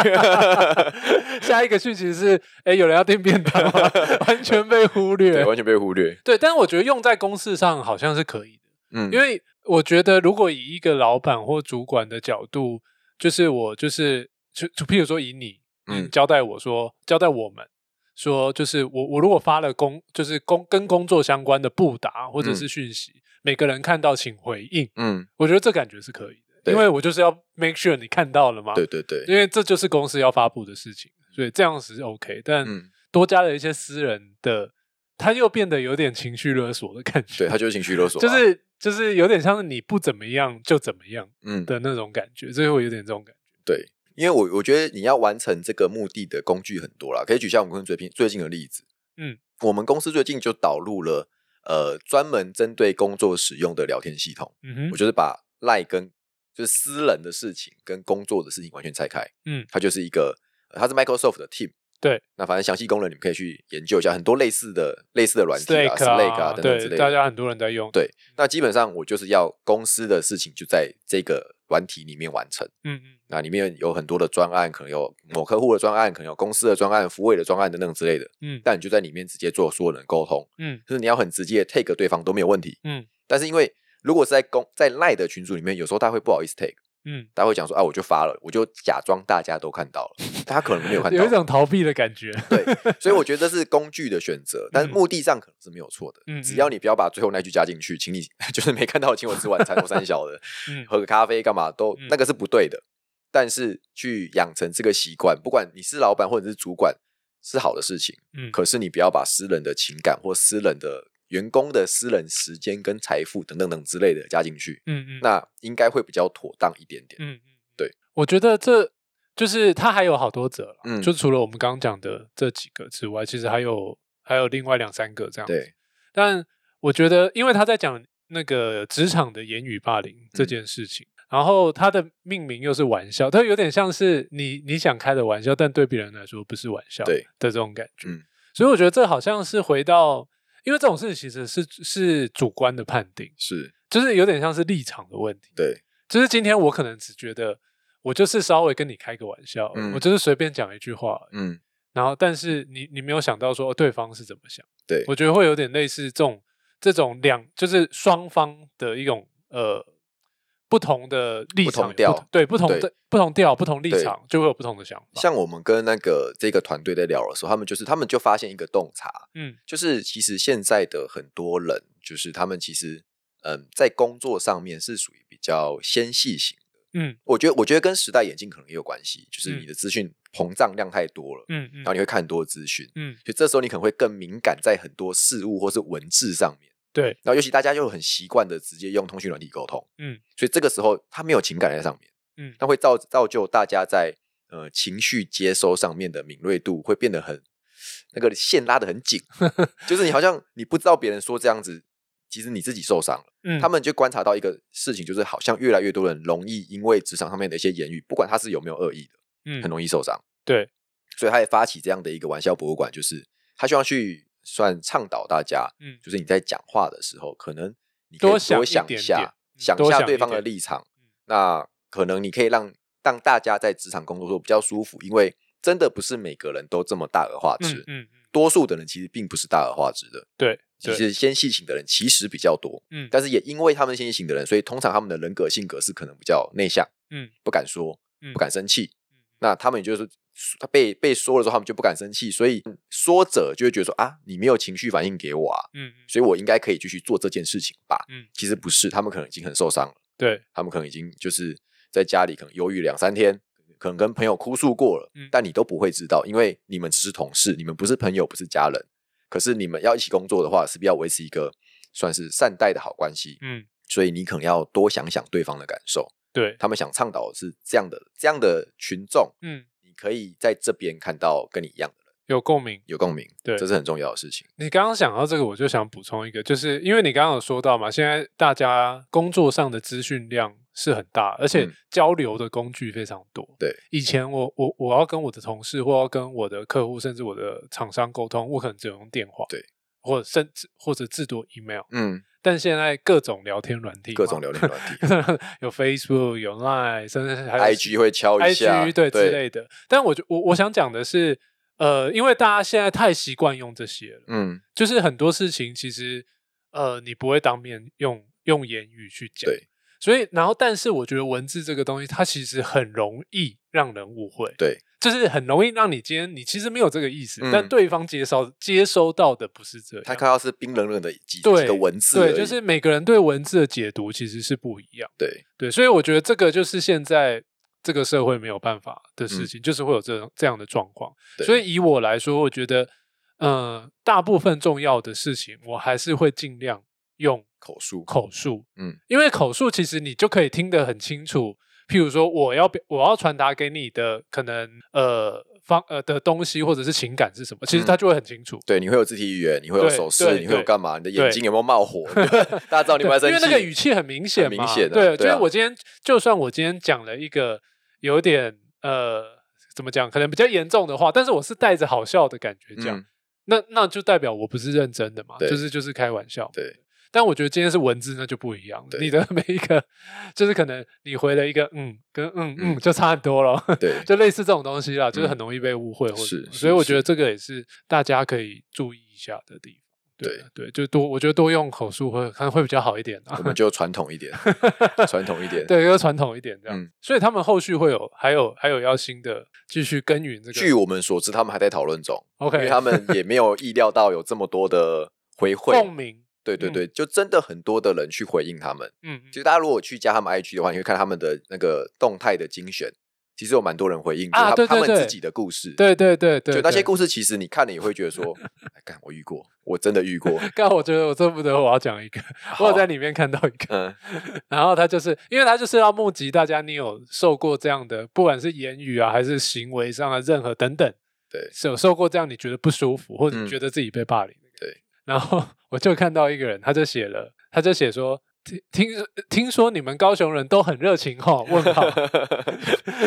Speaker 1: 下一个讯息是，哎，有人要订便当吗，完全被忽略
Speaker 2: 对，。完全被忽略。
Speaker 1: 对，但是我觉得用在公事上好像是可以的。
Speaker 2: 嗯，
Speaker 1: 因为我觉得，如果以一个老板或主管的角度，就是我就是就就譬如说以你，嗯，
Speaker 2: 嗯
Speaker 1: 交代我说交代我们说，就是我我如果发了工就是工跟工作相关的布达或者
Speaker 2: 嗯
Speaker 1: 是讯息，每个人看到请回应，
Speaker 2: 嗯，
Speaker 1: 我觉得这感觉是可以的，
Speaker 2: 对
Speaker 1: 因为我就是要 make sure 你看到了嘛，
Speaker 2: 对，对对，
Speaker 1: 因为这就是公司要发布的事情，所以这样是 OK，但
Speaker 2: 嗯，
Speaker 1: 多加了一些私人的，他又变得有点情绪勒索的感觉，
Speaker 2: 对他就是情绪勒索啊，
Speaker 1: 就是就是有点像是你不怎么样就怎么样
Speaker 2: 嗯，
Speaker 1: 的那种感觉，所以会有点这种感觉。
Speaker 2: 对，因为我我觉得你要完成这个目的的工具很多啦，可以举一下我们公司最近最近的例子。
Speaker 1: 嗯，
Speaker 2: 我们公司最近就导入了呃专门针对工作使用的聊天系统，
Speaker 1: 嗯
Speaker 2: 我
Speaker 1: 哼，
Speaker 2: 就是把赖跟就是私人的事情跟工作的事情完全拆开。
Speaker 1: 嗯，
Speaker 2: 它就是一个呃它是 Microsoft 的 Team。
Speaker 1: 对，
Speaker 2: 那反正详细功能你们可以去研究一下，很多类似的类似的软体啊
Speaker 1: Slack 啊
Speaker 2: ，Slack 啊等等之
Speaker 1: 对，
Speaker 2: 类
Speaker 1: 大
Speaker 2: 的。
Speaker 1: 家很多人在用。
Speaker 2: 对，那基本上我就是要公司的事情就在这个软体里面完成。
Speaker 1: 嗯嗯
Speaker 2: 那里面有很多的专案，可能有某客户的专案，可能有公司的专案、服务的专案等等之类的。
Speaker 1: 嗯
Speaker 2: 但你就在里面直接做所有人的沟通，
Speaker 1: 嗯
Speaker 2: 就是你要很直接 take 对方都没有问题。
Speaker 1: 嗯，
Speaker 2: 但是因为如果是在公在赖的群组里面，有时候大家会不好意思 take，
Speaker 1: 嗯，
Speaker 2: 大家会讲说啊，我就发了，我就假装大家都看到了，大家可能没有看
Speaker 1: 有一
Speaker 2: 到。
Speaker 1: 种逃避的感觉。
Speaker 2: 对，所以我觉得这是工具的选择，但是目的上可能是没有错的。
Speaker 1: 嗯
Speaker 2: 只要你不要把最后那句加进去，请你 就是没看到的请我吃晚餐或三小的，
Speaker 1: 嗯
Speaker 2: 喝个咖啡干嘛都
Speaker 1: 嗯
Speaker 2: 那个是不对的。但是去养成这个习惯，不管你是老板或者是主管，是好的事情。
Speaker 1: 嗯，
Speaker 2: 可是你不要把私人的情感或私人的员工的私人时间跟财富等等等之类的加进去，
Speaker 1: 嗯嗯，
Speaker 2: 那应该会比较妥当一点点。
Speaker 1: 嗯，嗯
Speaker 2: 对，
Speaker 1: 我觉得这就是它还有好多则啦，
Speaker 2: 嗯
Speaker 1: 就除了我们刚刚讲的这几个之外，其实还有还有另外两三个这样子。
Speaker 2: 对，
Speaker 1: 但我觉得，因为他在讲那个职场的言语霸凌
Speaker 2: 嗯
Speaker 1: 这件事情，然后他的命名又是玩笑，它有点像是你你想开的玩笑，但对别人来说不是玩笑
Speaker 2: 对
Speaker 1: 的这种感觉。
Speaker 2: 嗯
Speaker 1: 所以我觉得这好像是回到，因为这种事情其实是是主观的判定，
Speaker 2: 是，
Speaker 1: 就是有点像是立场的问题。
Speaker 2: 对，
Speaker 1: 就是今天我可能只觉得我就是稍微跟你开个玩笑而已，
Speaker 2: 嗯
Speaker 1: 我就是随便讲一句话而已，
Speaker 2: 嗯，
Speaker 1: 然后但是你你没有想到说哦对方是怎么想，
Speaker 2: 对，
Speaker 1: 我觉得会有点类似这种这种两就是双方的一种呃不同的立
Speaker 2: 不
Speaker 1: 场，
Speaker 2: 同调
Speaker 1: 对不同
Speaker 2: 对
Speaker 1: 的不同调不同立
Speaker 2: 对
Speaker 1: 场就会有不同的想法，
Speaker 2: 像我们跟那个这个团队在聊的时候，他们就是他们就发现一个洞察，
Speaker 1: 嗯
Speaker 2: 就是其实现在的很多人，就是他们其实嗯在工作上面是属于比较纤细型的。
Speaker 1: 嗯
Speaker 2: 我觉得我觉得跟时代眼镜可能也有关系，就是
Speaker 1: 嗯
Speaker 2: 你的资讯膨胀量太多了，
Speaker 1: 嗯
Speaker 2: 然后
Speaker 1: 嗯
Speaker 2: 你会看很多资讯，
Speaker 1: 嗯
Speaker 2: 所以这时候你可能会更敏感在很多事物或是文字上面。
Speaker 1: 对
Speaker 2: 然后尤其大家又很习惯的直接用通讯软体沟通，
Speaker 1: 嗯，
Speaker 2: 所以这个时候他没有情感在上面，
Speaker 1: 嗯
Speaker 2: 那会造造就大家在呃情绪接收上面的敏锐度会变得很那个线拉得很 紧，就是你好像你不知道别人说这样子，其实你自己受伤了。
Speaker 1: 嗯
Speaker 2: 他们就观察到一个事情，就是好像越来越多人容易因为职场上面的一些言语，不管他是有没有恶意的，
Speaker 1: 嗯
Speaker 2: 很容易受伤。
Speaker 1: 对，
Speaker 2: 所以他也发起这样的一个玩笑博物馆，就是他希望去算倡导大家，
Speaker 1: 嗯
Speaker 2: 就是你在讲话的时候，可能你可
Speaker 1: 多
Speaker 2: 以多
Speaker 1: 想一
Speaker 2: 想一
Speaker 1: 点
Speaker 2: 下，
Speaker 1: 点嗯
Speaker 2: 想
Speaker 1: 多
Speaker 2: 一下
Speaker 1: 想
Speaker 2: 对
Speaker 1: 一
Speaker 2: 方的
Speaker 1: 点
Speaker 2: 立场
Speaker 1: 嗯，
Speaker 2: 那可能你可以让让大家在职场工作的时候比较舒服，因为真的不是每个人都这么大而化之，
Speaker 1: 嗯嗯嗯
Speaker 2: 多数的人其实并不是大而化之的，
Speaker 1: 对
Speaker 2: 其
Speaker 1: 对
Speaker 2: 实纤细型的人其实比较多，
Speaker 1: 嗯
Speaker 2: 但是也因为他们纤细型的人，所以通常他们的人格性格是可能比较内向，
Speaker 1: 嗯，
Speaker 2: 不敢说，
Speaker 1: 嗯
Speaker 2: 不敢生气，
Speaker 1: 嗯
Speaker 2: 那他们也就是他被被说了之后，他们就不敢生气，所以说者就会觉得说啊，你没有情绪反应给我啊，
Speaker 1: 嗯嗯
Speaker 2: 所以我应该可以继续做这件事情吧。
Speaker 1: 嗯
Speaker 2: 其实不是，他们可能已经很受伤了，
Speaker 1: 对
Speaker 2: 他们可能已经就是在家里可能忧郁两三天，可能跟朋友哭诉过了，
Speaker 1: 嗯
Speaker 2: 但你都不会知道，因为你们只是同事，你们不是朋友，不是家人。可是你们要一起工作的话，是不是要维持一个算是善待的好关系？
Speaker 1: 嗯
Speaker 2: 所以你可能要多想想对方的感受。
Speaker 1: 对
Speaker 2: 他们想倡导的是这样的这样的群众，
Speaker 1: 嗯
Speaker 2: 你可以在这边看到跟你一样的人
Speaker 1: 有共鸣。
Speaker 2: 有共鸣，
Speaker 1: 对
Speaker 2: 这是很重要的事情。
Speaker 1: 你刚刚讲到这个，我就想补充一个，就是因为你刚刚有说到嘛，现在大家工作上的资讯量是很大，而且
Speaker 2: 嗯
Speaker 1: 交流的工具非常多。
Speaker 2: 对，嗯
Speaker 1: 以前我我我要跟我的同事，或要跟我的客户，甚至我的厂商沟通，我可能只能用电话，
Speaker 2: 对，
Speaker 1: 或者甚至或者至多 email。
Speaker 2: 嗯，
Speaker 1: 但现在各种聊天软体嘛，
Speaker 2: 各种聊天软体
Speaker 1: 有 Facebook，有 Line，甚至还有
Speaker 2: ，IG 会敲一下
Speaker 1: IG 对之类的。但我就我我想讲的是，呃，因为大家现在太习惯用这些了。
Speaker 2: 嗯，
Speaker 1: 就是很多事情其实呃，你不会当面用用言语去讲。
Speaker 2: 对。
Speaker 1: 所以，然后，但是我觉得文字这个东西，它其实很容易让人误会，
Speaker 2: 对，
Speaker 1: 就是很容易让你今天你其实没有这个意思，
Speaker 2: 嗯
Speaker 1: 但对方接收接收到的不是这样。
Speaker 2: 他看到是冰冷冷的几几
Speaker 1: 对
Speaker 2: 个文字而已，
Speaker 1: 对，就是每个人对文字的解读其实是不一样。
Speaker 2: 对，
Speaker 1: 对，所以我觉得这个就是现在这个社会没有办法的
Speaker 2: 嗯
Speaker 1: 事情，就是会有这种这样的状况。
Speaker 2: 对
Speaker 1: 所以以我来说，我觉得，呃，大部分重要的事情，我还是会尽量用
Speaker 2: 口述，
Speaker 1: 口述，
Speaker 2: 嗯，
Speaker 1: 因为口述其实你就可以听得很清楚。譬如说，我要表我要传达给你的可能呃方呃的东西或者是情感是什么，其实
Speaker 2: 嗯
Speaker 1: 它就会很清楚。
Speaker 2: 对，你会有肢体语言，你会有
Speaker 1: 对
Speaker 2: 手
Speaker 1: 对
Speaker 2: 势，你会有
Speaker 1: 对
Speaker 2: 干嘛？你的
Speaker 1: 对
Speaker 2: 眼睛有没有冒 火？ 大家知道你
Speaker 1: 对，
Speaker 2: 们在
Speaker 1: 因
Speaker 2: 生
Speaker 1: 为
Speaker 2: 气，
Speaker 1: 那个语气很明显嘛，
Speaker 2: 明显啊
Speaker 1: 对，
Speaker 2: 对啊
Speaker 1: 就是我今天就算我今天讲了一个有点呃怎么讲，可能比较严重的话，但是我是带着好笑的感觉讲，
Speaker 2: 嗯
Speaker 1: 那那就代表我不是认真的嘛，
Speaker 2: 对
Speaker 1: 就是就是开玩笑。
Speaker 2: 对。
Speaker 1: 但我觉得今天是文字，那就不一样。
Speaker 2: 对
Speaker 1: 你的每一个，就是可能你回了一个嗯，跟嗯嗯，
Speaker 2: 嗯
Speaker 1: 就差很多 了。
Speaker 2: 对
Speaker 1: 就类似这种东西啦，就是很容易被误会或者
Speaker 2: 是
Speaker 1: 什么
Speaker 2: 是
Speaker 1: 所以我觉
Speaker 2: 是
Speaker 1: 得这个也是大家可以注意一下的地方。对啊对，就多我觉得多用口述会可能会比较好一点啊
Speaker 2: 我。们就传统一点，传统一点，
Speaker 1: 对，要传统一点这样。
Speaker 2: 嗯
Speaker 1: 所以他们后续会有还有还有要新的继续耕耘这个。
Speaker 2: 据我们所知，他们还在讨论中，因为
Speaker 1: OK，
Speaker 2: 他们也没有意料到有这么多的 回
Speaker 1: 共
Speaker 2: 馈。
Speaker 1: 鸣，
Speaker 2: 对对对，就真的很多的人去回应他们。
Speaker 1: 嗯，
Speaker 2: 其实大家如果去加他们 IG 的话，你会看他们的那个动态的精选，其实有蛮多人回应，就是
Speaker 1: 啊
Speaker 2: 他
Speaker 1: 对
Speaker 2: 他
Speaker 1: 对
Speaker 2: 们
Speaker 1: 对
Speaker 2: 自己的故事。
Speaker 1: 对对对对，
Speaker 2: 就那些
Speaker 1: 对。
Speaker 2: 故事，其实你看了也会觉 得说，哎，干我遇过，我真的遇过。
Speaker 1: 刚我觉得我真不得我要讲一个， 我有在里面看到一个，
Speaker 2: 嗯，
Speaker 1: 然后他就是因为他就是要募集大家，你有受过这样的，不管是言语啊还是行为上的任何等等，
Speaker 2: 对
Speaker 1: 是有受过这样你觉得不舒服或者
Speaker 2: 嗯
Speaker 1: 觉得自己被霸凌的感觉、
Speaker 2: 对
Speaker 1: 然后我就看到一个人，他就写了，他就写说。听听听说你们高雄人都很热情哈、哦？问 号，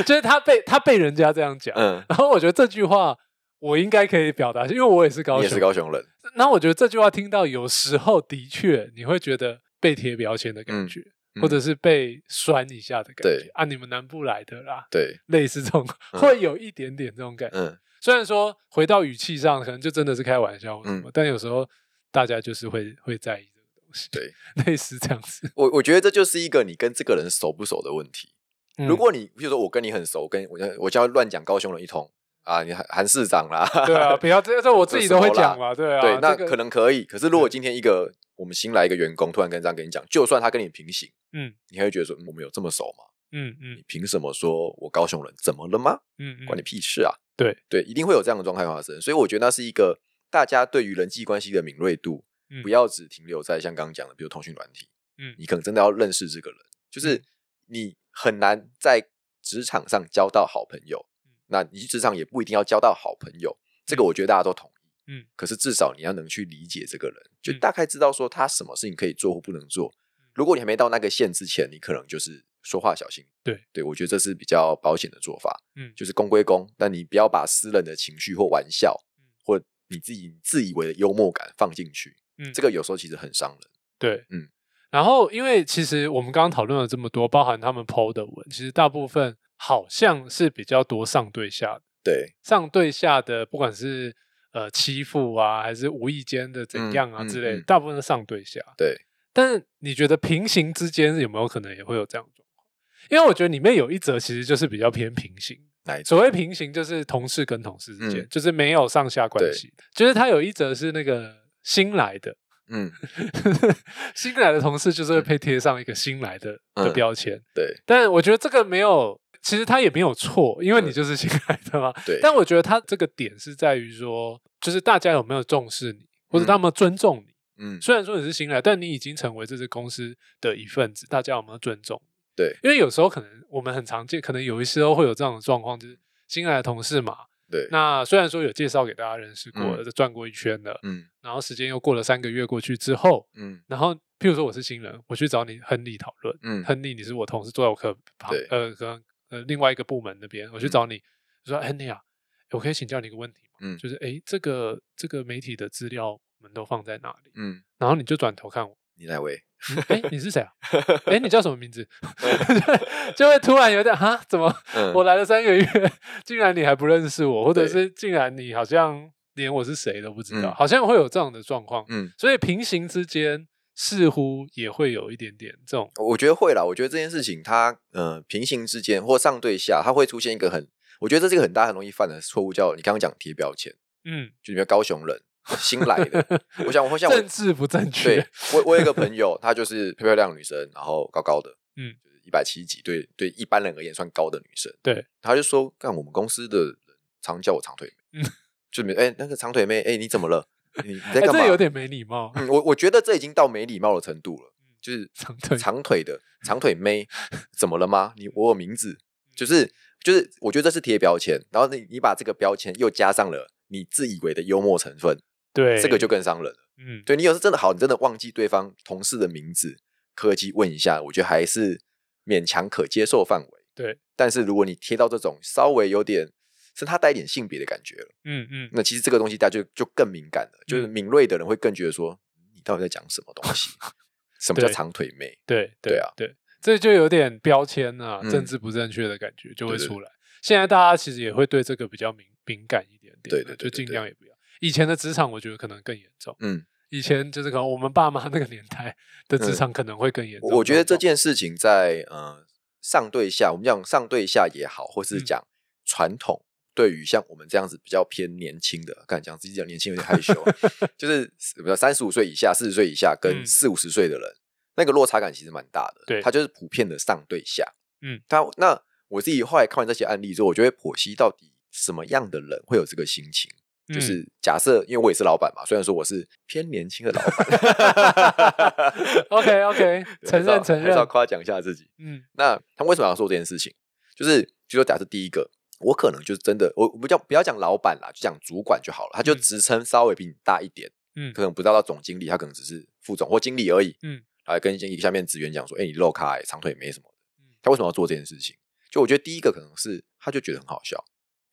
Speaker 1: 就是他被他被人家这样讲，
Speaker 2: 嗯，
Speaker 1: 然后我觉得这句话我应该可以表达，因为我也是高
Speaker 2: 你也
Speaker 1: 雄
Speaker 2: 是，高雄人，
Speaker 1: 那我觉得这句话听到，有时候的确你会觉得被贴标签的感觉，
Speaker 2: 嗯
Speaker 1: 或者是被酸一下的感觉
Speaker 2: 对
Speaker 1: 啊，你们南部来的啦，
Speaker 2: 对，
Speaker 1: 类似这种，
Speaker 2: 嗯
Speaker 1: 会有一点点这种感觉。
Speaker 2: 嗯，
Speaker 1: 虽然说回到语气上，可能就真的是开玩笑或什
Speaker 2: 嗯
Speaker 1: 么，但有时候大家就是会会在意这个东西，
Speaker 2: 对，
Speaker 1: 类似这样子。
Speaker 2: 我我觉得这就是一个你跟这个人熟不熟的问题。
Speaker 1: 嗯
Speaker 2: 如果你比如说我跟你很熟，我跟我我就要乱讲高雄人一通啊，你韩韩市长啦，
Speaker 1: 嗯对 啊，不要这这我自己都会讲嘛，对啊，
Speaker 2: 对，那
Speaker 1: 这个嗯
Speaker 2: 可能可以。可是如果今天一个我们新来一个员工突然跟这样跟你讲，就算他跟你平行，
Speaker 1: 嗯，
Speaker 2: 你还会觉得说、嗯我们有这么熟吗？
Speaker 1: 嗯嗯
Speaker 2: 你凭什么说我高雄人？怎么了吗？
Speaker 1: 嗯，嗯
Speaker 2: 关你屁事啊！
Speaker 1: 对
Speaker 2: 对，一定会有这样的状态发生。所以我觉得那是一个大家对于人际关系的敏锐度，
Speaker 1: 嗯
Speaker 2: 不要只停留在像刚刚讲的，比如通讯软体，
Speaker 1: 嗯
Speaker 2: 你可能真的要认识这个人，就是你很难在职场上交到好朋友
Speaker 1: 嗯，
Speaker 2: 那你去职场也不一定要交到好朋友，这个我觉得大家都同意。
Speaker 1: 嗯，
Speaker 2: 可是至少你要能去理解这个人，就
Speaker 1: 嗯
Speaker 2: 大概知道说他什么事情可以做或不能做。如果你还没到那个线之前，你可能就是说话小心。
Speaker 1: 对，
Speaker 2: 对我觉得这是比较保险的做法。
Speaker 1: 嗯
Speaker 2: 就是公归公，但你不要把私人的情绪或玩笑
Speaker 1: 嗯，
Speaker 2: 或你自己自以为的幽默感放进去，
Speaker 1: 嗯
Speaker 2: 这个有时候其实很伤人。
Speaker 1: 对，
Speaker 2: 嗯。
Speaker 1: 然后，因为其实我们刚刚讨论了这么多，包含他们 PO 的文，其实大部分好像是比较多上对下的，
Speaker 2: 对，
Speaker 1: 上对下的，不管是呃欺负啊，还是无意间的怎样啊
Speaker 2: 嗯嗯
Speaker 1: 之类的，
Speaker 2: 嗯
Speaker 1: 大部分是上对下。
Speaker 2: 对，
Speaker 1: 但是你觉得平行之间有没有可能也会有这样的状况？因为我觉得里面有一则其实就是比较偏平行，
Speaker 2: 哪一种？
Speaker 1: 所谓平行就是同事跟同事之间，
Speaker 2: 嗯
Speaker 1: 就是没有上下关系。就是他有一则是那个新来的，
Speaker 2: 嗯，
Speaker 1: 新来的同事就是会被贴上一个新来的的
Speaker 2: 嗯
Speaker 1: 标签，
Speaker 2: 对
Speaker 1: 但我觉得这个没有，其实他也没有错，因为你
Speaker 2: 嗯
Speaker 1: 就是新来的嘛。
Speaker 2: 对，
Speaker 1: 但我觉得他这个点是在于说，就是大家有没有重视你，或者
Speaker 2: 嗯
Speaker 1: 他们尊重你。
Speaker 2: 嗯
Speaker 1: 虽然说你是新来，但你已经成为这支公司的一份子，大家有没有尊重？
Speaker 2: 对，
Speaker 1: 因为有时候可能我们很常见，可能有一时候会有这样的状况，就是新来的同事嘛。
Speaker 2: 对，
Speaker 1: 那虽然说有介绍给大家认识过了，转过一圈了，
Speaker 2: 嗯
Speaker 1: 然后时间又过了三个月过去之后，
Speaker 2: 嗯
Speaker 1: 然后，譬如说我是新人，我去找你亨利讨论，
Speaker 2: 嗯，
Speaker 1: 亨利你是我同事，坐在我科旁
Speaker 2: 对，
Speaker 1: 呃，可能呃另外一个部门那边，我去找你，我说亨利啊，我可以请教你一个问题吗？
Speaker 2: 嗯
Speaker 1: 就是诶，这个这个媒体的资料我们都放在哪里？
Speaker 2: 嗯，
Speaker 1: 然后你就转头看我，
Speaker 2: 你哪位？
Speaker 1: 嗯诶，你是谁啊？诶，你叫什么名 字？ 就会突然有点哈，怎么
Speaker 2: 嗯，
Speaker 1: 我来了三个月，竟然你还不认识我，或者
Speaker 2: 对
Speaker 1: 是竟然你好像连我是谁都不知道，
Speaker 2: 嗯
Speaker 1: 好像会有这样的状况。
Speaker 2: 嗯，
Speaker 1: 所以平行之间似乎也会有一点点这种，
Speaker 2: 我觉得会啦。我觉得这件事情它，呃平行之间或上对下，它会出现一个很，我觉得这是一个很大很容易犯的错误，叫你刚刚讲贴标签，
Speaker 1: 嗯，
Speaker 2: 就比如高雄人新来 的，我想我想我
Speaker 1: 政治不正
Speaker 2: 对
Speaker 1: 确，哎
Speaker 2: 我，我有一个朋友，她就是漂漂亮亮女生，然后高高的，
Speaker 1: 嗯，
Speaker 2: 就是一百七几，对对，一般人而言算高的女生。
Speaker 1: 对，
Speaker 2: 她就说，干我们公司的人常叫我长腿妹，
Speaker 1: 嗯
Speaker 2: 就没哎、那个长腿妹，哎、你怎么了？你你
Speaker 1: 哎，
Speaker 2: 在干嘛？
Speaker 1: 这有点没礼貌。
Speaker 2: 嗯，我我觉得这已经到没礼貌的程度了，就是
Speaker 1: 嗯长腿
Speaker 2: 长腿的长 腿妹，怎么了吗？你我有名
Speaker 1: 嗯
Speaker 2: 字，就是就是，我觉得这是贴标签，然后你你把这个标签又加上了你自以为的幽默成分，
Speaker 1: 对，
Speaker 2: 这个就更伤人了。
Speaker 1: 嗯，
Speaker 2: 对你有时真的好，你真的忘记对方同事的名字，客气问一下，我觉得还是勉强可接受范围。
Speaker 1: 对，
Speaker 2: 但是如果你贴到这种稍微有点，甚至他带一点性别的感觉了，
Speaker 1: 嗯嗯，
Speaker 2: 那其实这个东西大家就就更敏感了，就是
Speaker 1: 嗯
Speaker 2: 敏锐的人会更觉得说，你到底在讲什么东西？ 什么叫
Speaker 1: 对
Speaker 2: 长腿妹？
Speaker 1: 对
Speaker 2: 对啊
Speaker 1: 对，这就有点标签啊，
Speaker 2: 嗯
Speaker 1: 政治不正确的感觉就会
Speaker 2: 对对
Speaker 1: 出来。现在大家其实也会对这个比较敏敏感一点点啊，
Speaker 2: 对对对
Speaker 1: 就
Speaker 2: 对
Speaker 1: 尽
Speaker 2: 对
Speaker 1: 量也不要。以前的职场，我觉得可能更严重。
Speaker 2: 嗯，
Speaker 1: 以前就是可能我们爸妈那个年代的职场可能会更严重。
Speaker 2: 我我觉得这件事情在呃上对下，我们讲上对下也好，或是
Speaker 1: 嗯
Speaker 2: 讲传统，对于像我们这样子比较偏年轻的，看讲自己讲年轻有点害羞， 就是比如三十五岁以下、四十岁以下跟
Speaker 1: 嗯
Speaker 2: 四五十岁的人，那个落差感其实蛮大的。
Speaker 1: 对
Speaker 2: 它就是普遍的上对下。
Speaker 1: 嗯，
Speaker 2: 他那我自己后来看完这些案例之后，我就会剖析到底什么样的人会有这个心情。就
Speaker 1: 嗯
Speaker 2: 是假设，因为我也是老板嘛，虽然说我是偏年轻的老板
Speaker 1: OK OK，
Speaker 2: 对
Speaker 1: 承
Speaker 2: 还是要
Speaker 1: 认承
Speaker 2: 还是要
Speaker 1: 认，
Speaker 2: 夸奖一下自己。
Speaker 1: 嗯
Speaker 2: 那他为什么要做这件事情？就是就说假设第一个，我可能就是真的，我我不叫不要讲老板啦，就讲主管就好了，他就
Speaker 1: 嗯
Speaker 2: 职称稍微比你大一点，
Speaker 1: 嗯
Speaker 2: 可能不到到总经理，他可能只是副总或经理而已，
Speaker 1: 嗯，
Speaker 2: 来跟经理下面职员讲说，哎、你肉卡、欸、长腿没什么
Speaker 1: 嗯，
Speaker 2: 他为什么要做这件事情？就我觉得第一个可能是他就觉得很好笑，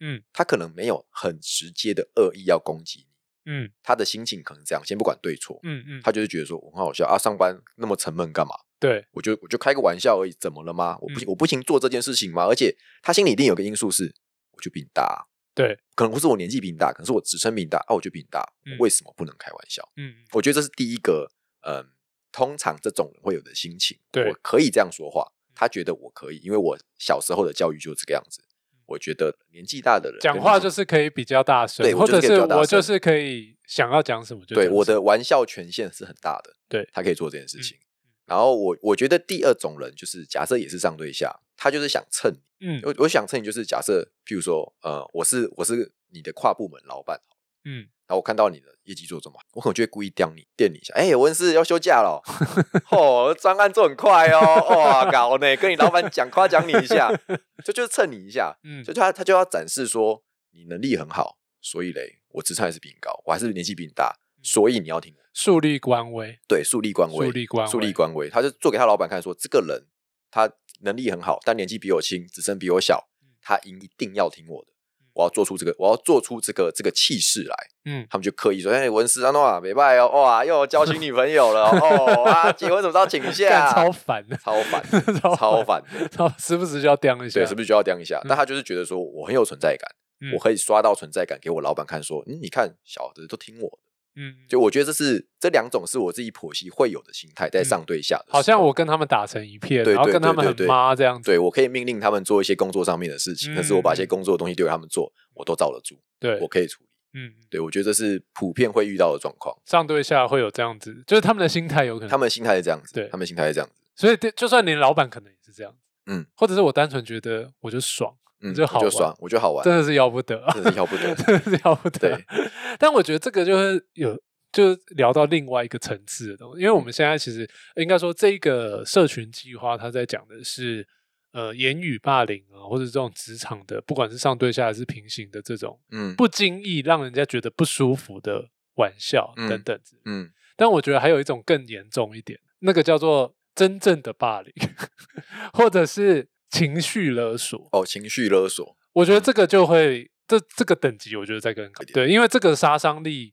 Speaker 1: 嗯，
Speaker 2: 他可能没有很直接的恶意要攻击你，
Speaker 1: 嗯
Speaker 2: 他的心情可能这样，先不管对错，
Speaker 1: 嗯嗯，
Speaker 2: 他就是觉得说我很好笑啊，上班那么沉闷干嘛？
Speaker 1: 对，
Speaker 2: 我就我就开个玩笑而已，怎么了吗？我不行，
Speaker 1: 嗯
Speaker 2: 我不行做这件事情吗？而且他心里一定有个因素是，我就比你大啊、
Speaker 1: 对，
Speaker 2: 可能不是我年纪比你大，可能是我职称比你大，啊，我就比你大，
Speaker 1: 嗯
Speaker 2: 为什么不能开玩笑？
Speaker 1: 嗯
Speaker 2: 我觉得这是第一个，嗯，通常这种人会有的心情，
Speaker 1: 对嗯
Speaker 2: 我可以这样说话，他觉得我可以，因为我小时候的教育就是这个样子。我觉得年纪大的人
Speaker 1: 嗯讲
Speaker 2: 跟
Speaker 1: 话
Speaker 2: 年纪
Speaker 1: 就是可以比较大声
Speaker 2: 对，我
Speaker 1: 或
Speaker 2: 就是
Speaker 1: 者
Speaker 2: 可以比
Speaker 1: 是
Speaker 2: 较大
Speaker 1: 我就
Speaker 2: 声
Speaker 1: 是可以想要讲什么就
Speaker 2: 对
Speaker 1: 讲
Speaker 2: 我
Speaker 1: 什么
Speaker 2: 的玩笑权限是很大的，
Speaker 1: 对
Speaker 2: 他可以做这件事
Speaker 1: 嗯
Speaker 2: 情。然后我我觉得第二种人就是假设也是上对下，他就是想蹭你。
Speaker 1: 嗯
Speaker 2: 我我想趁你就是假设，譬如说，呃，我是我是你的跨部门老板，
Speaker 1: 嗯
Speaker 2: 然后我看到你的业绩做这么好，我可能就会故意刁你电你一下，哎、文氏要休假了，哦，专案做很快哦，哇，搞呢，跟你老板讲夸奖你一下，就就是蹭你一下，
Speaker 1: 嗯
Speaker 2: 就他他就要展示说你能力很好，所以嘞，我职称还是比你高，我还是年纪比你大，所以你要听我，
Speaker 1: 树立官威，
Speaker 2: 对，树立官威，
Speaker 1: 树立官
Speaker 2: 树立
Speaker 1: 威
Speaker 2: 官威，他就做给他老板看说，这个人他能力很好，但年纪比我轻，职称比我小
Speaker 1: 嗯，
Speaker 2: 他一一定要听我的
Speaker 1: 嗯。
Speaker 2: 我要做出这个，我要做出这个这个气势来。
Speaker 1: 嗯
Speaker 2: 他们就刻意说：“哎、文斯安诺啊，没拜哦，哇，又有交新女朋友了 哦啊，结婚什么时候请 假？
Speaker 1: 干超烦的，
Speaker 2: 超烦的
Speaker 1: 超
Speaker 2: 超
Speaker 1: 烦
Speaker 2: 烦的，
Speaker 1: 然后时不时就要刁一下，
Speaker 2: 对，是不是就要这样一下？但他就是觉得说我很有存在感，
Speaker 1: 啊嗯
Speaker 2: 我可以刷到存在感给我老板看，说，嗯，你看小子都听我的。
Speaker 1: 嗯，
Speaker 2: 就我觉得这是这两种是我自己剖析会有的心态，在上对下的时
Speaker 1: 嗯
Speaker 2: 候、
Speaker 1: 好像我跟他们打成一片，
Speaker 2: 对
Speaker 1: 然后
Speaker 2: 对
Speaker 1: 跟他
Speaker 2: 对
Speaker 1: 们
Speaker 2: 对
Speaker 1: 很
Speaker 2: 对
Speaker 1: 妈这样子，
Speaker 2: 对我可以命令他们做一些工作上面的事情，但是我把一些
Speaker 1: 嗯
Speaker 2: 工作的东西丢给他们做，我都罩得住，
Speaker 1: 对
Speaker 2: 我可以处理。
Speaker 1: 嗯，
Speaker 2: 对我觉得这是普遍会遇到的状况，
Speaker 1: 上对下会有这样子，就是他们的心态有可能，
Speaker 2: 他们心态是这样子，
Speaker 1: 嗯对
Speaker 2: 他们心态是这样子，
Speaker 1: 所以就算你老板可能也是这样，
Speaker 2: 嗯，
Speaker 1: 或者是我单纯觉得我就爽，
Speaker 2: 嗯，
Speaker 1: 就好
Speaker 2: 我就
Speaker 1: 玩
Speaker 2: 爽，我就好玩，
Speaker 1: 真的是要不得，
Speaker 2: 真的是要 不
Speaker 1: 真
Speaker 2: 得
Speaker 1: 的是要不得
Speaker 2: 对。
Speaker 1: 但我觉得这个就是有，就是聊到另外一个层次的东西，因为我们
Speaker 2: 嗯
Speaker 1: 现在其实应该说这个社群计划，它在讲的是呃言语霸凌啊，或者这种职场的，不管是上对下还是平行的这种
Speaker 2: 嗯
Speaker 1: 不经意让人家觉得不舒服的玩笑
Speaker 2: 嗯
Speaker 1: 等等之类的
Speaker 2: 嗯，
Speaker 1: 但我觉得还有一种更严重一点，那个叫做真正的霸凌， 或者是情绪勒索。
Speaker 2: 哦，情绪勒索，
Speaker 1: 我觉得这个就会，这这个等级，我觉得在跟人搞对，因为这个杀伤力，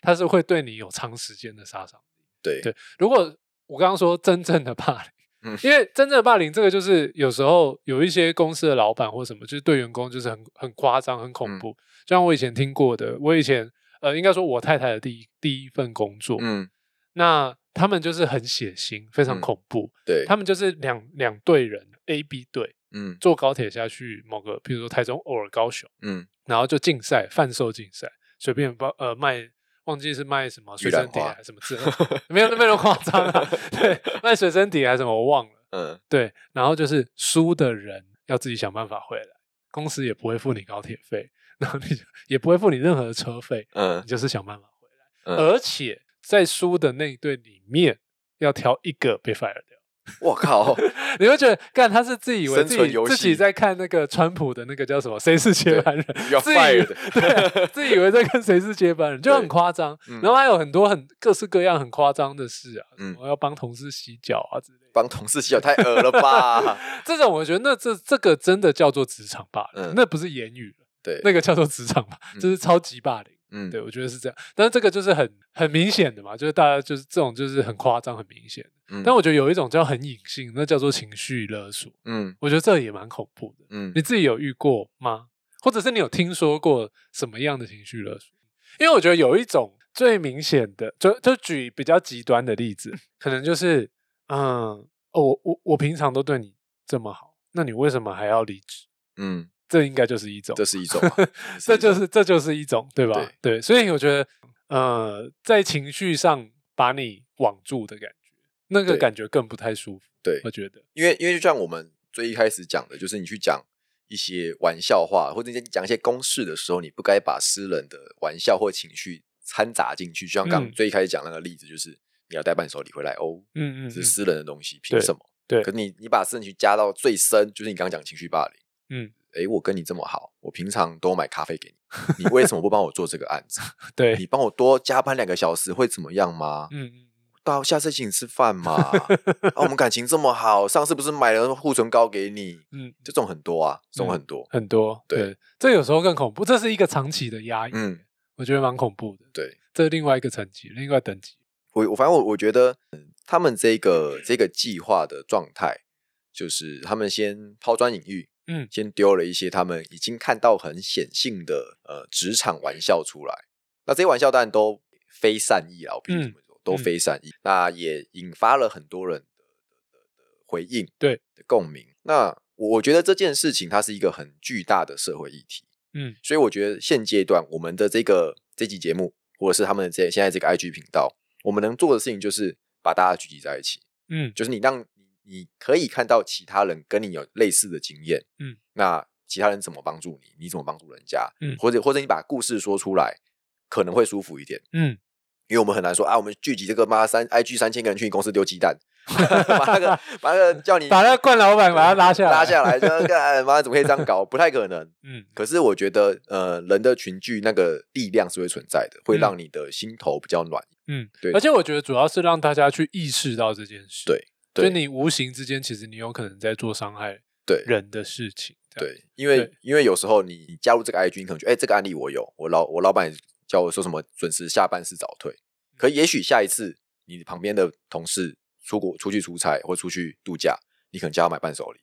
Speaker 1: 它是会对你有长时间的杀伤。
Speaker 2: 对
Speaker 1: 对如果我刚刚说真正的霸凌，
Speaker 2: 嗯
Speaker 1: 因为真正的霸凌，这个就是有时候有一些公司的老板或什么，就是对员工就是很很夸张、很恐
Speaker 2: 嗯
Speaker 1: 怖。就像我以前听过的，我以前呃，应该说我太太的第一第一份工作，
Speaker 2: 嗯，
Speaker 1: 那他们就是很血腥，非常
Speaker 2: 嗯
Speaker 1: 恐怖。
Speaker 2: 对，
Speaker 1: 他们就是两两队人 A、B 队
Speaker 2: 嗯
Speaker 1: 坐高铁下去某个，比如说台中、偶尔高雄，
Speaker 2: 嗯，
Speaker 1: 然后就竞赛贩售竞赛，随便包呃卖。忘记是卖什么
Speaker 2: 玉
Speaker 1: 水
Speaker 2: 兰
Speaker 1: 生碟
Speaker 2: 花
Speaker 1: 还是什么之类 的，没有没有那么夸张啊。 对，卖水生碟还是什么我忘了。
Speaker 2: 嗯，
Speaker 1: 对，然后就是输的人要自己想办法回来，公司也不会付你高铁费，然后你就也不会付你任何的车费，
Speaker 2: 嗯
Speaker 1: 你，就是想办法回来。
Speaker 2: 嗯
Speaker 1: 而且在输的那一队里面，要挑一个被 fire 掉。
Speaker 2: 我 靠，
Speaker 1: 你会觉得，干他是自以为
Speaker 2: 生
Speaker 1: 自
Speaker 2: 存
Speaker 1: 己
Speaker 2: 游
Speaker 1: 自己
Speaker 2: 戏
Speaker 1: 在看那个川普的那个叫什么《谁是接班人》
Speaker 2: 要
Speaker 1: 自以为
Speaker 2: fired
Speaker 1: 对， 自以为在看《谁是接班人》，就很
Speaker 2: 对
Speaker 1: 夸张。
Speaker 2: 嗯
Speaker 1: 然后还有很多很各式各样很夸张的事啊，什
Speaker 2: 嗯
Speaker 1: 么要帮同事洗脚啊之类的。
Speaker 2: 帮同事洗脚太恶了吧？
Speaker 1: 这种我觉得那这这个真的叫做职场霸凌，
Speaker 2: 嗯
Speaker 1: 那不是言语了，
Speaker 2: 对，
Speaker 1: 那个叫做职场霸，
Speaker 2: 嗯
Speaker 1: 就是超级霸凌。
Speaker 2: 嗯，
Speaker 1: 对，我觉得是这样。但是这个就是很很明显的嘛，就是大家就是这种就是很夸张、很明显的。
Speaker 2: 嗯，
Speaker 1: 但我觉得有一种叫很隐性，那叫做情绪勒索。
Speaker 2: 嗯
Speaker 1: 我觉得这也蛮恐怖的。
Speaker 2: 嗯
Speaker 1: 你自己有遇过吗？或者是你有听说过什么样的情绪勒索？因为我觉得有一种最明显的，就就举比较极端的例子，可能就是，嗯，哦，我我我平常都对你这么好，那你为什么还要离职？
Speaker 2: 嗯，
Speaker 1: 这应该就是一种，
Speaker 2: 这是一种 嘛，
Speaker 1: 这
Speaker 2: 这
Speaker 1: 就是是这就是一种，对吧？对，所以我觉得，呃，在情绪上把你网住的感觉，那个
Speaker 2: 对
Speaker 1: 感觉更不太舒服。
Speaker 2: 对
Speaker 1: 我觉得，
Speaker 2: 因为因为就像我们最一开始讲的，就是你去讲一些玩笑话，或者你讲一些公式的时候，你不该把私人的玩笑或情绪掺杂进去。就像刚
Speaker 1: 嗯
Speaker 2: 刚最一开始讲那个例子，就是你要带伴手礼回来哦，
Speaker 1: 嗯嗯，
Speaker 2: 是
Speaker 1: 嗯
Speaker 2: 私人的东西，凭
Speaker 1: 对
Speaker 2: 什么？
Speaker 1: 对
Speaker 2: 可你你把事情加到最深，就是你刚刚讲情绪霸凌。
Speaker 1: 嗯，
Speaker 2: 诶，我跟你这么好，我平常都买咖啡给你，你为什么不帮我做这个案子？
Speaker 1: 对，
Speaker 2: 你帮我多加班两个小时会怎么样吗？
Speaker 1: 嗯嗯，
Speaker 2: 到下次请你吃饭嘛。啊，我们感情这么好，上次不是买了护唇膏给你？
Speaker 1: 嗯，
Speaker 2: 这种很多啊，这种
Speaker 1: 嗯
Speaker 2: 很多。
Speaker 1: 很多
Speaker 2: 对
Speaker 1: 对，这有时候更恐怖，这是一个长期的压抑，
Speaker 2: 嗯，
Speaker 1: 我觉得蛮恐怖的。
Speaker 2: 对
Speaker 1: 这是另外一个层级，另外等级。
Speaker 2: 我我反正我我觉得嗯他们这个这个计划的状态，就是他们先抛砖引玉，
Speaker 1: 嗯
Speaker 2: 先丢了一些他们已经看到很显性的呃职场玩笑出来。那这些玩笑当然都非善意啊，我必须这么说，都
Speaker 1: 嗯
Speaker 2: 非善意。那也引发了很多人的的的的回应，
Speaker 1: 对
Speaker 2: 的共鸣。那我我觉得这件事情它是一个很巨大的社会议题，
Speaker 1: 嗯
Speaker 2: 所以我觉得现阶段我们的这个这期节目，或者是他们的这现在这个 IG 频道，我们能做的事情就是把大家聚集在一起，
Speaker 1: 嗯
Speaker 2: 就是你让你你可以看到其他人跟你有类似的经验，
Speaker 1: 嗯，
Speaker 2: 那其他人怎么帮助你，你怎么帮助人家，
Speaker 1: 嗯
Speaker 2: 或者或者你把故事说出来，可能会舒服一点。
Speaker 1: 嗯，
Speaker 2: 因为我们很难说啊，我们聚集这个妈三 IG 三千个人去你公司丢鸡蛋， 把那个把那个叫 你
Speaker 1: 把 那冠老板把他拉下来，
Speaker 2: 拉下来，说干妈怎么可以这样搞？不太可能。
Speaker 1: 嗯
Speaker 2: 可是我觉得，呃，人的群聚那个力量是会存在的，会
Speaker 1: 嗯
Speaker 2: 让你的心头比较暖。
Speaker 1: 嗯，
Speaker 2: 对
Speaker 1: 而且我觉得主要是让大家去意识到这件事，
Speaker 2: 对
Speaker 1: 就
Speaker 2: 对
Speaker 1: 你无形之间，其实你有可能在做伤害
Speaker 2: 对
Speaker 1: 人的事情，这样，
Speaker 2: 对，因为
Speaker 1: 对
Speaker 2: 因为有时候你你加入这个 IG，你可能觉得，哎、这个案例我有，我老我老板叫我说什么准时下班是早退，可
Speaker 1: 嗯
Speaker 2: 也许下一次你旁边的同事出国出去出差或出去度假，你可能叫他买伴手礼，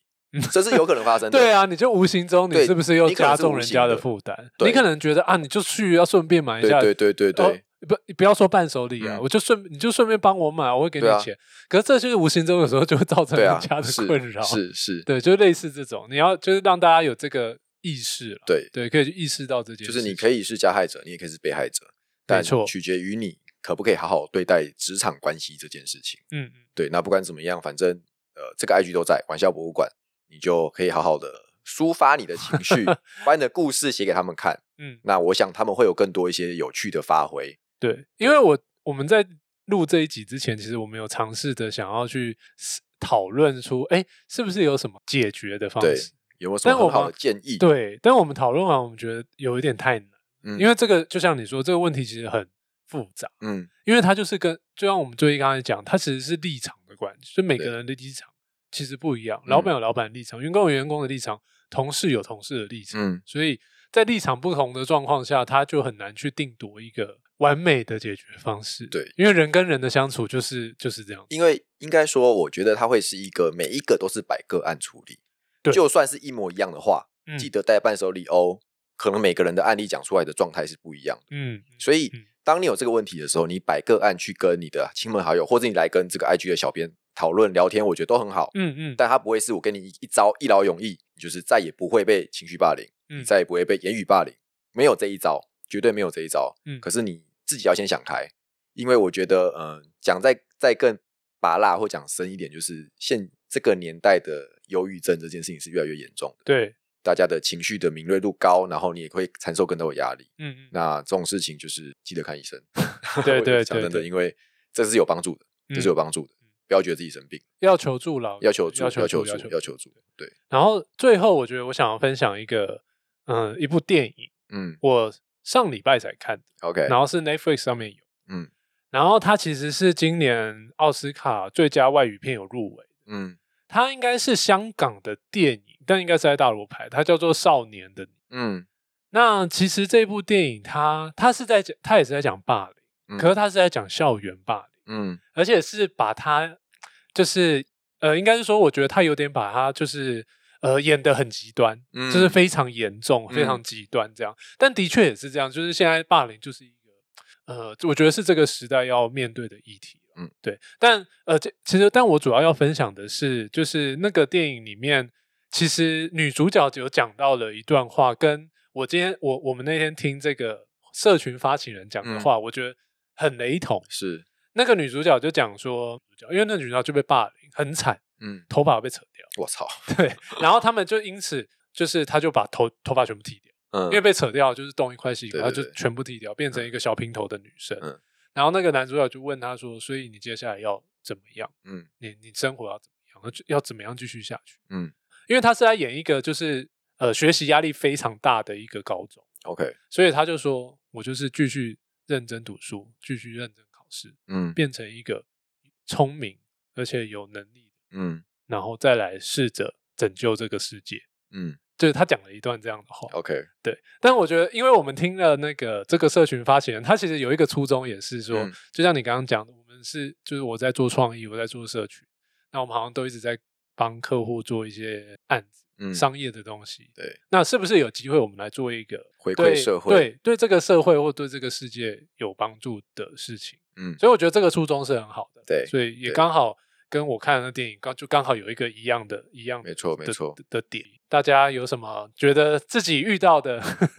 Speaker 2: 这是有可能发生
Speaker 1: 嗯
Speaker 2: 的。
Speaker 1: 对啊，你就无形中你
Speaker 2: 对
Speaker 1: 是不是又
Speaker 2: 你可能
Speaker 1: 加
Speaker 2: 是
Speaker 1: 重
Speaker 2: 无
Speaker 1: 人
Speaker 2: 形
Speaker 1: 家的
Speaker 2: 的
Speaker 1: 负担？
Speaker 2: 对
Speaker 1: 你可能觉得啊，你就去要顺便买一
Speaker 2: 对
Speaker 1: 下，
Speaker 2: 对对对对，
Speaker 1: 哦不，你不要说伴手礼啊，
Speaker 2: 嗯
Speaker 1: 我就顺你就顺便帮我买，我会给你
Speaker 2: 对啊
Speaker 1: 钱。可是这就是无形中有时候就会造成
Speaker 2: 对
Speaker 1: 人
Speaker 2: 啊
Speaker 1: 家，的
Speaker 2: 是
Speaker 1: 困扰，
Speaker 2: 是是，
Speaker 1: 对，就类似这种，你要就是让大家有这个意识了，
Speaker 2: 对，
Speaker 1: 对，可以去意识到这件
Speaker 2: 就
Speaker 1: 事，
Speaker 2: 是你可
Speaker 1: 以，
Speaker 2: 以是加害者，你也可以是被害者，但
Speaker 1: 错
Speaker 2: 取决于你可不可以好好对待职场关系这件事情。
Speaker 1: 嗯嗯，
Speaker 2: 对，那不管怎么样，反正呃，这个 IG 都在玩笑博物馆，你就可以好好的抒发你的情绪，把你的故事写给他们看。
Speaker 1: 嗯，
Speaker 2: 那我想他们会有更多一些有趣的发挥。
Speaker 1: 对，因为我我们在录这一集之前，其实我们有尝试的想要去思讨论出，哎，是不是有什么解决的方
Speaker 2: 对
Speaker 1: 式？
Speaker 2: 有没有什
Speaker 1: 但
Speaker 2: 么
Speaker 1: 我
Speaker 2: 很好
Speaker 1: 们
Speaker 2: 的建议？，
Speaker 1: 对，但我们讨论完，我们觉得有一点太难，
Speaker 2: 嗯
Speaker 1: 因为这个就像你说，这个问题其实很复杂。
Speaker 2: 嗯，
Speaker 1: 因为它就是跟就像我们最刚才讲，它其实是立场的关系，就每个
Speaker 2: 对
Speaker 1: 人的立场其实不一样，
Speaker 2: 嗯
Speaker 1: 老板有老板的立场，员工有员工的立场，同事有同事的立场，
Speaker 2: 嗯
Speaker 1: 所以在立场不同的状况下，他就很难去定夺一个完美的解决方式。
Speaker 2: 对，
Speaker 1: 因为人跟人的相处就是就是这样。
Speaker 2: 因为应该说，我觉得它会是一个每一个都是百个案处理，
Speaker 1: 对
Speaker 2: 就算是一模一样的话，
Speaker 1: 嗯
Speaker 2: 记得带伴手礼哦。可能每个人的案例讲出来的状态是不一样的。
Speaker 1: 嗯，
Speaker 2: 所以
Speaker 1: 嗯，
Speaker 2: 当你有这个问题的时候，你百个案去跟你的亲朋好友，或者你来跟这个 IG 的小编讨论聊天，我觉得都很好。
Speaker 1: 嗯嗯
Speaker 2: 但他不会是我跟你一一招一劳永逸，你就是再也不会被情绪霸凌，
Speaker 1: 嗯，
Speaker 2: 再也不会被言语霸凌，没有这一招，绝对没有这一招。
Speaker 1: 嗯
Speaker 2: 可是你自己要先想开，因为我觉得，嗯、讲再再更拔辣或讲深一点，就是现这个年代的忧郁症这件事情是越来越严重的，
Speaker 1: 对，
Speaker 2: 大家的情绪的敏锐度高，然后你也会承受更多的压力。
Speaker 1: 嗯嗯，。
Speaker 2: 那这种事情就是记得看医生
Speaker 1: 对
Speaker 2: 我觉得
Speaker 1: 对
Speaker 2: 讲
Speaker 1: 对
Speaker 2: 真的，
Speaker 1: 对
Speaker 2: 因为这是有帮助的，这是有
Speaker 1: 嗯
Speaker 2: 帮助的。不要觉得自己生病，
Speaker 1: 要求助了，
Speaker 2: 要求助，
Speaker 1: 要求
Speaker 2: 求
Speaker 1: 助，要
Speaker 2: 助，要求助。对，
Speaker 1: 然后最后，我觉得我想要分享一个，嗯，一部电影，
Speaker 2: 嗯
Speaker 1: 我上礼拜才看的
Speaker 2: ，OK，
Speaker 1: 然后是 Netflix 上面有，
Speaker 2: 嗯，
Speaker 1: 然后它其实是今年奥斯卡最佳外语片有入围，
Speaker 2: 嗯
Speaker 1: 它应该是香港的电影，但应该是在大陆拍，它叫做《少年的你》。
Speaker 2: 嗯
Speaker 1: 那其实这部电影它它是在讲，它也是在讲霸凌，
Speaker 2: 嗯
Speaker 1: 可是它是在讲校园霸凌，
Speaker 2: 嗯
Speaker 1: 而且是把它就是呃，应该是说，我觉得它有点把它就是。呃，演得很极端，
Speaker 2: 嗯
Speaker 1: 就是非常严重、非
Speaker 2: 嗯
Speaker 1: 常极端这样。但的确也是这样，就是现在霸凌就是一个呃，我觉得是这个时代要面对的议题。
Speaker 2: 嗯，
Speaker 1: 对。但呃，这其实但我主要要分享的是，就是那个电影里面，其实女主角有讲到了一段话，跟我今天我我们那天听这个社群发起人
Speaker 2: 嗯
Speaker 1: 讲的话，我觉得很雷同。
Speaker 2: 是，
Speaker 1: 那个女主角就讲说，因为那女主角就被霸凌，很惨，
Speaker 2: 嗯，
Speaker 1: 头发被扯掉。
Speaker 2: 我操，
Speaker 1: 对，然后他们就因此就是他就把头头发全部剃掉，
Speaker 2: 嗯，
Speaker 1: 因为被扯掉就是动一块是一块，
Speaker 2: 对
Speaker 1: 他就
Speaker 2: 对对
Speaker 1: 全部剃掉，变成一个小平头的女生。
Speaker 2: 嗯
Speaker 1: 然后那个男主角就问他说：“所以你接下来要怎么样？
Speaker 2: 嗯
Speaker 1: 你你生活要怎么样？要要怎么样继续下去？”
Speaker 2: 嗯，
Speaker 1: 因为他是在演一个就是呃学习压力非常大的一个高中，
Speaker 2: ，OK，
Speaker 1: 所以他就说：“我就是继续认真读书，继续认真考试，
Speaker 2: 嗯
Speaker 1: 变成一个聪明而且有能力，
Speaker 2: 嗯
Speaker 1: 然后再来试着拯救这个世界。”
Speaker 2: 嗯
Speaker 1: 就是他讲了一段这样的话。
Speaker 2: ，OK，
Speaker 1: 对，但我觉得，因为我们听了那个这个社群发起人，他其实有一个初衷，也是说，
Speaker 2: 嗯
Speaker 1: 就像你刚刚讲的，我们是就是我在做创意，我在做社群，那我们好像都一直在帮客户做一些案子、
Speaker 2: 嗯，
Speaker 1: 商业的东西。
Speaker 2: 对，
Speaker 1: 那是不是有机会我们来做一个
Speaker 2: 回
Speaker 1: 对
Speaker 2: 馈社会，，
Speaker 1: 对对这个社会或对这个世界有帮助的事情？
Speaker 2: 嗯
Speaker 1: 所以我觉得这个初衷是很好的。
Speaker 2: 对
Speaker 1: 所以也
Speaker 2: 对
Speaker 1: 刚好跟我看的那电影刚就刚好有一个一样的一样的
Speaker 2: 没错没
Speaker 1: 的
Speaker 2: 错
Speaker 1: 的的点。大家有什么觉得自己遇到的、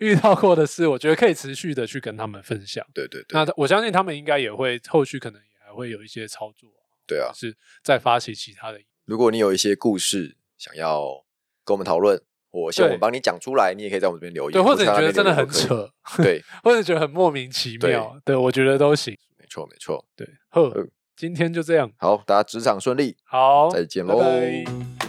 Speaker 1: 遇到过的事，我觉得可以持续的去跟他们分享。
Speaker 2: 对对对
Speaker 1: 那我相信他们应该也会后续可能也还会有一些操作，
Speaker 2: 对啊
Speaker 1: 就！是再发起其他的。
Speaker 2: 如果你有一些故事想要跟我们讨论，我希望我
Speaker 1: 对
Speaker 2: 们帮你讲出来，你也可以在我们这边留言，
Speaker 1: 对，或者你
Speaker 2: 在那
Speaker 1: 觉得
Speaker 2: 边
Speaker 1: 真的
Speaker 2: 留言
Speaker 1: 很
Speaker 2: 都可以，
Speaker 1: 扯，
Speaker 2: 对，
Speaker 1: 或者觉得很莫名其妙，对我觉得都行。
Speaker 2: 没错没错。
Speaker 1: 对，呵
Speaker 2: 嗯，
Speaker 1: 今天就这样，
Speaker 2: 好，大家职场顺利，
Speaker 1: 好，
Speaker 2: 再见
Speaker 1: 拜
Speaker 2: 喽。
Speaker 1: 拜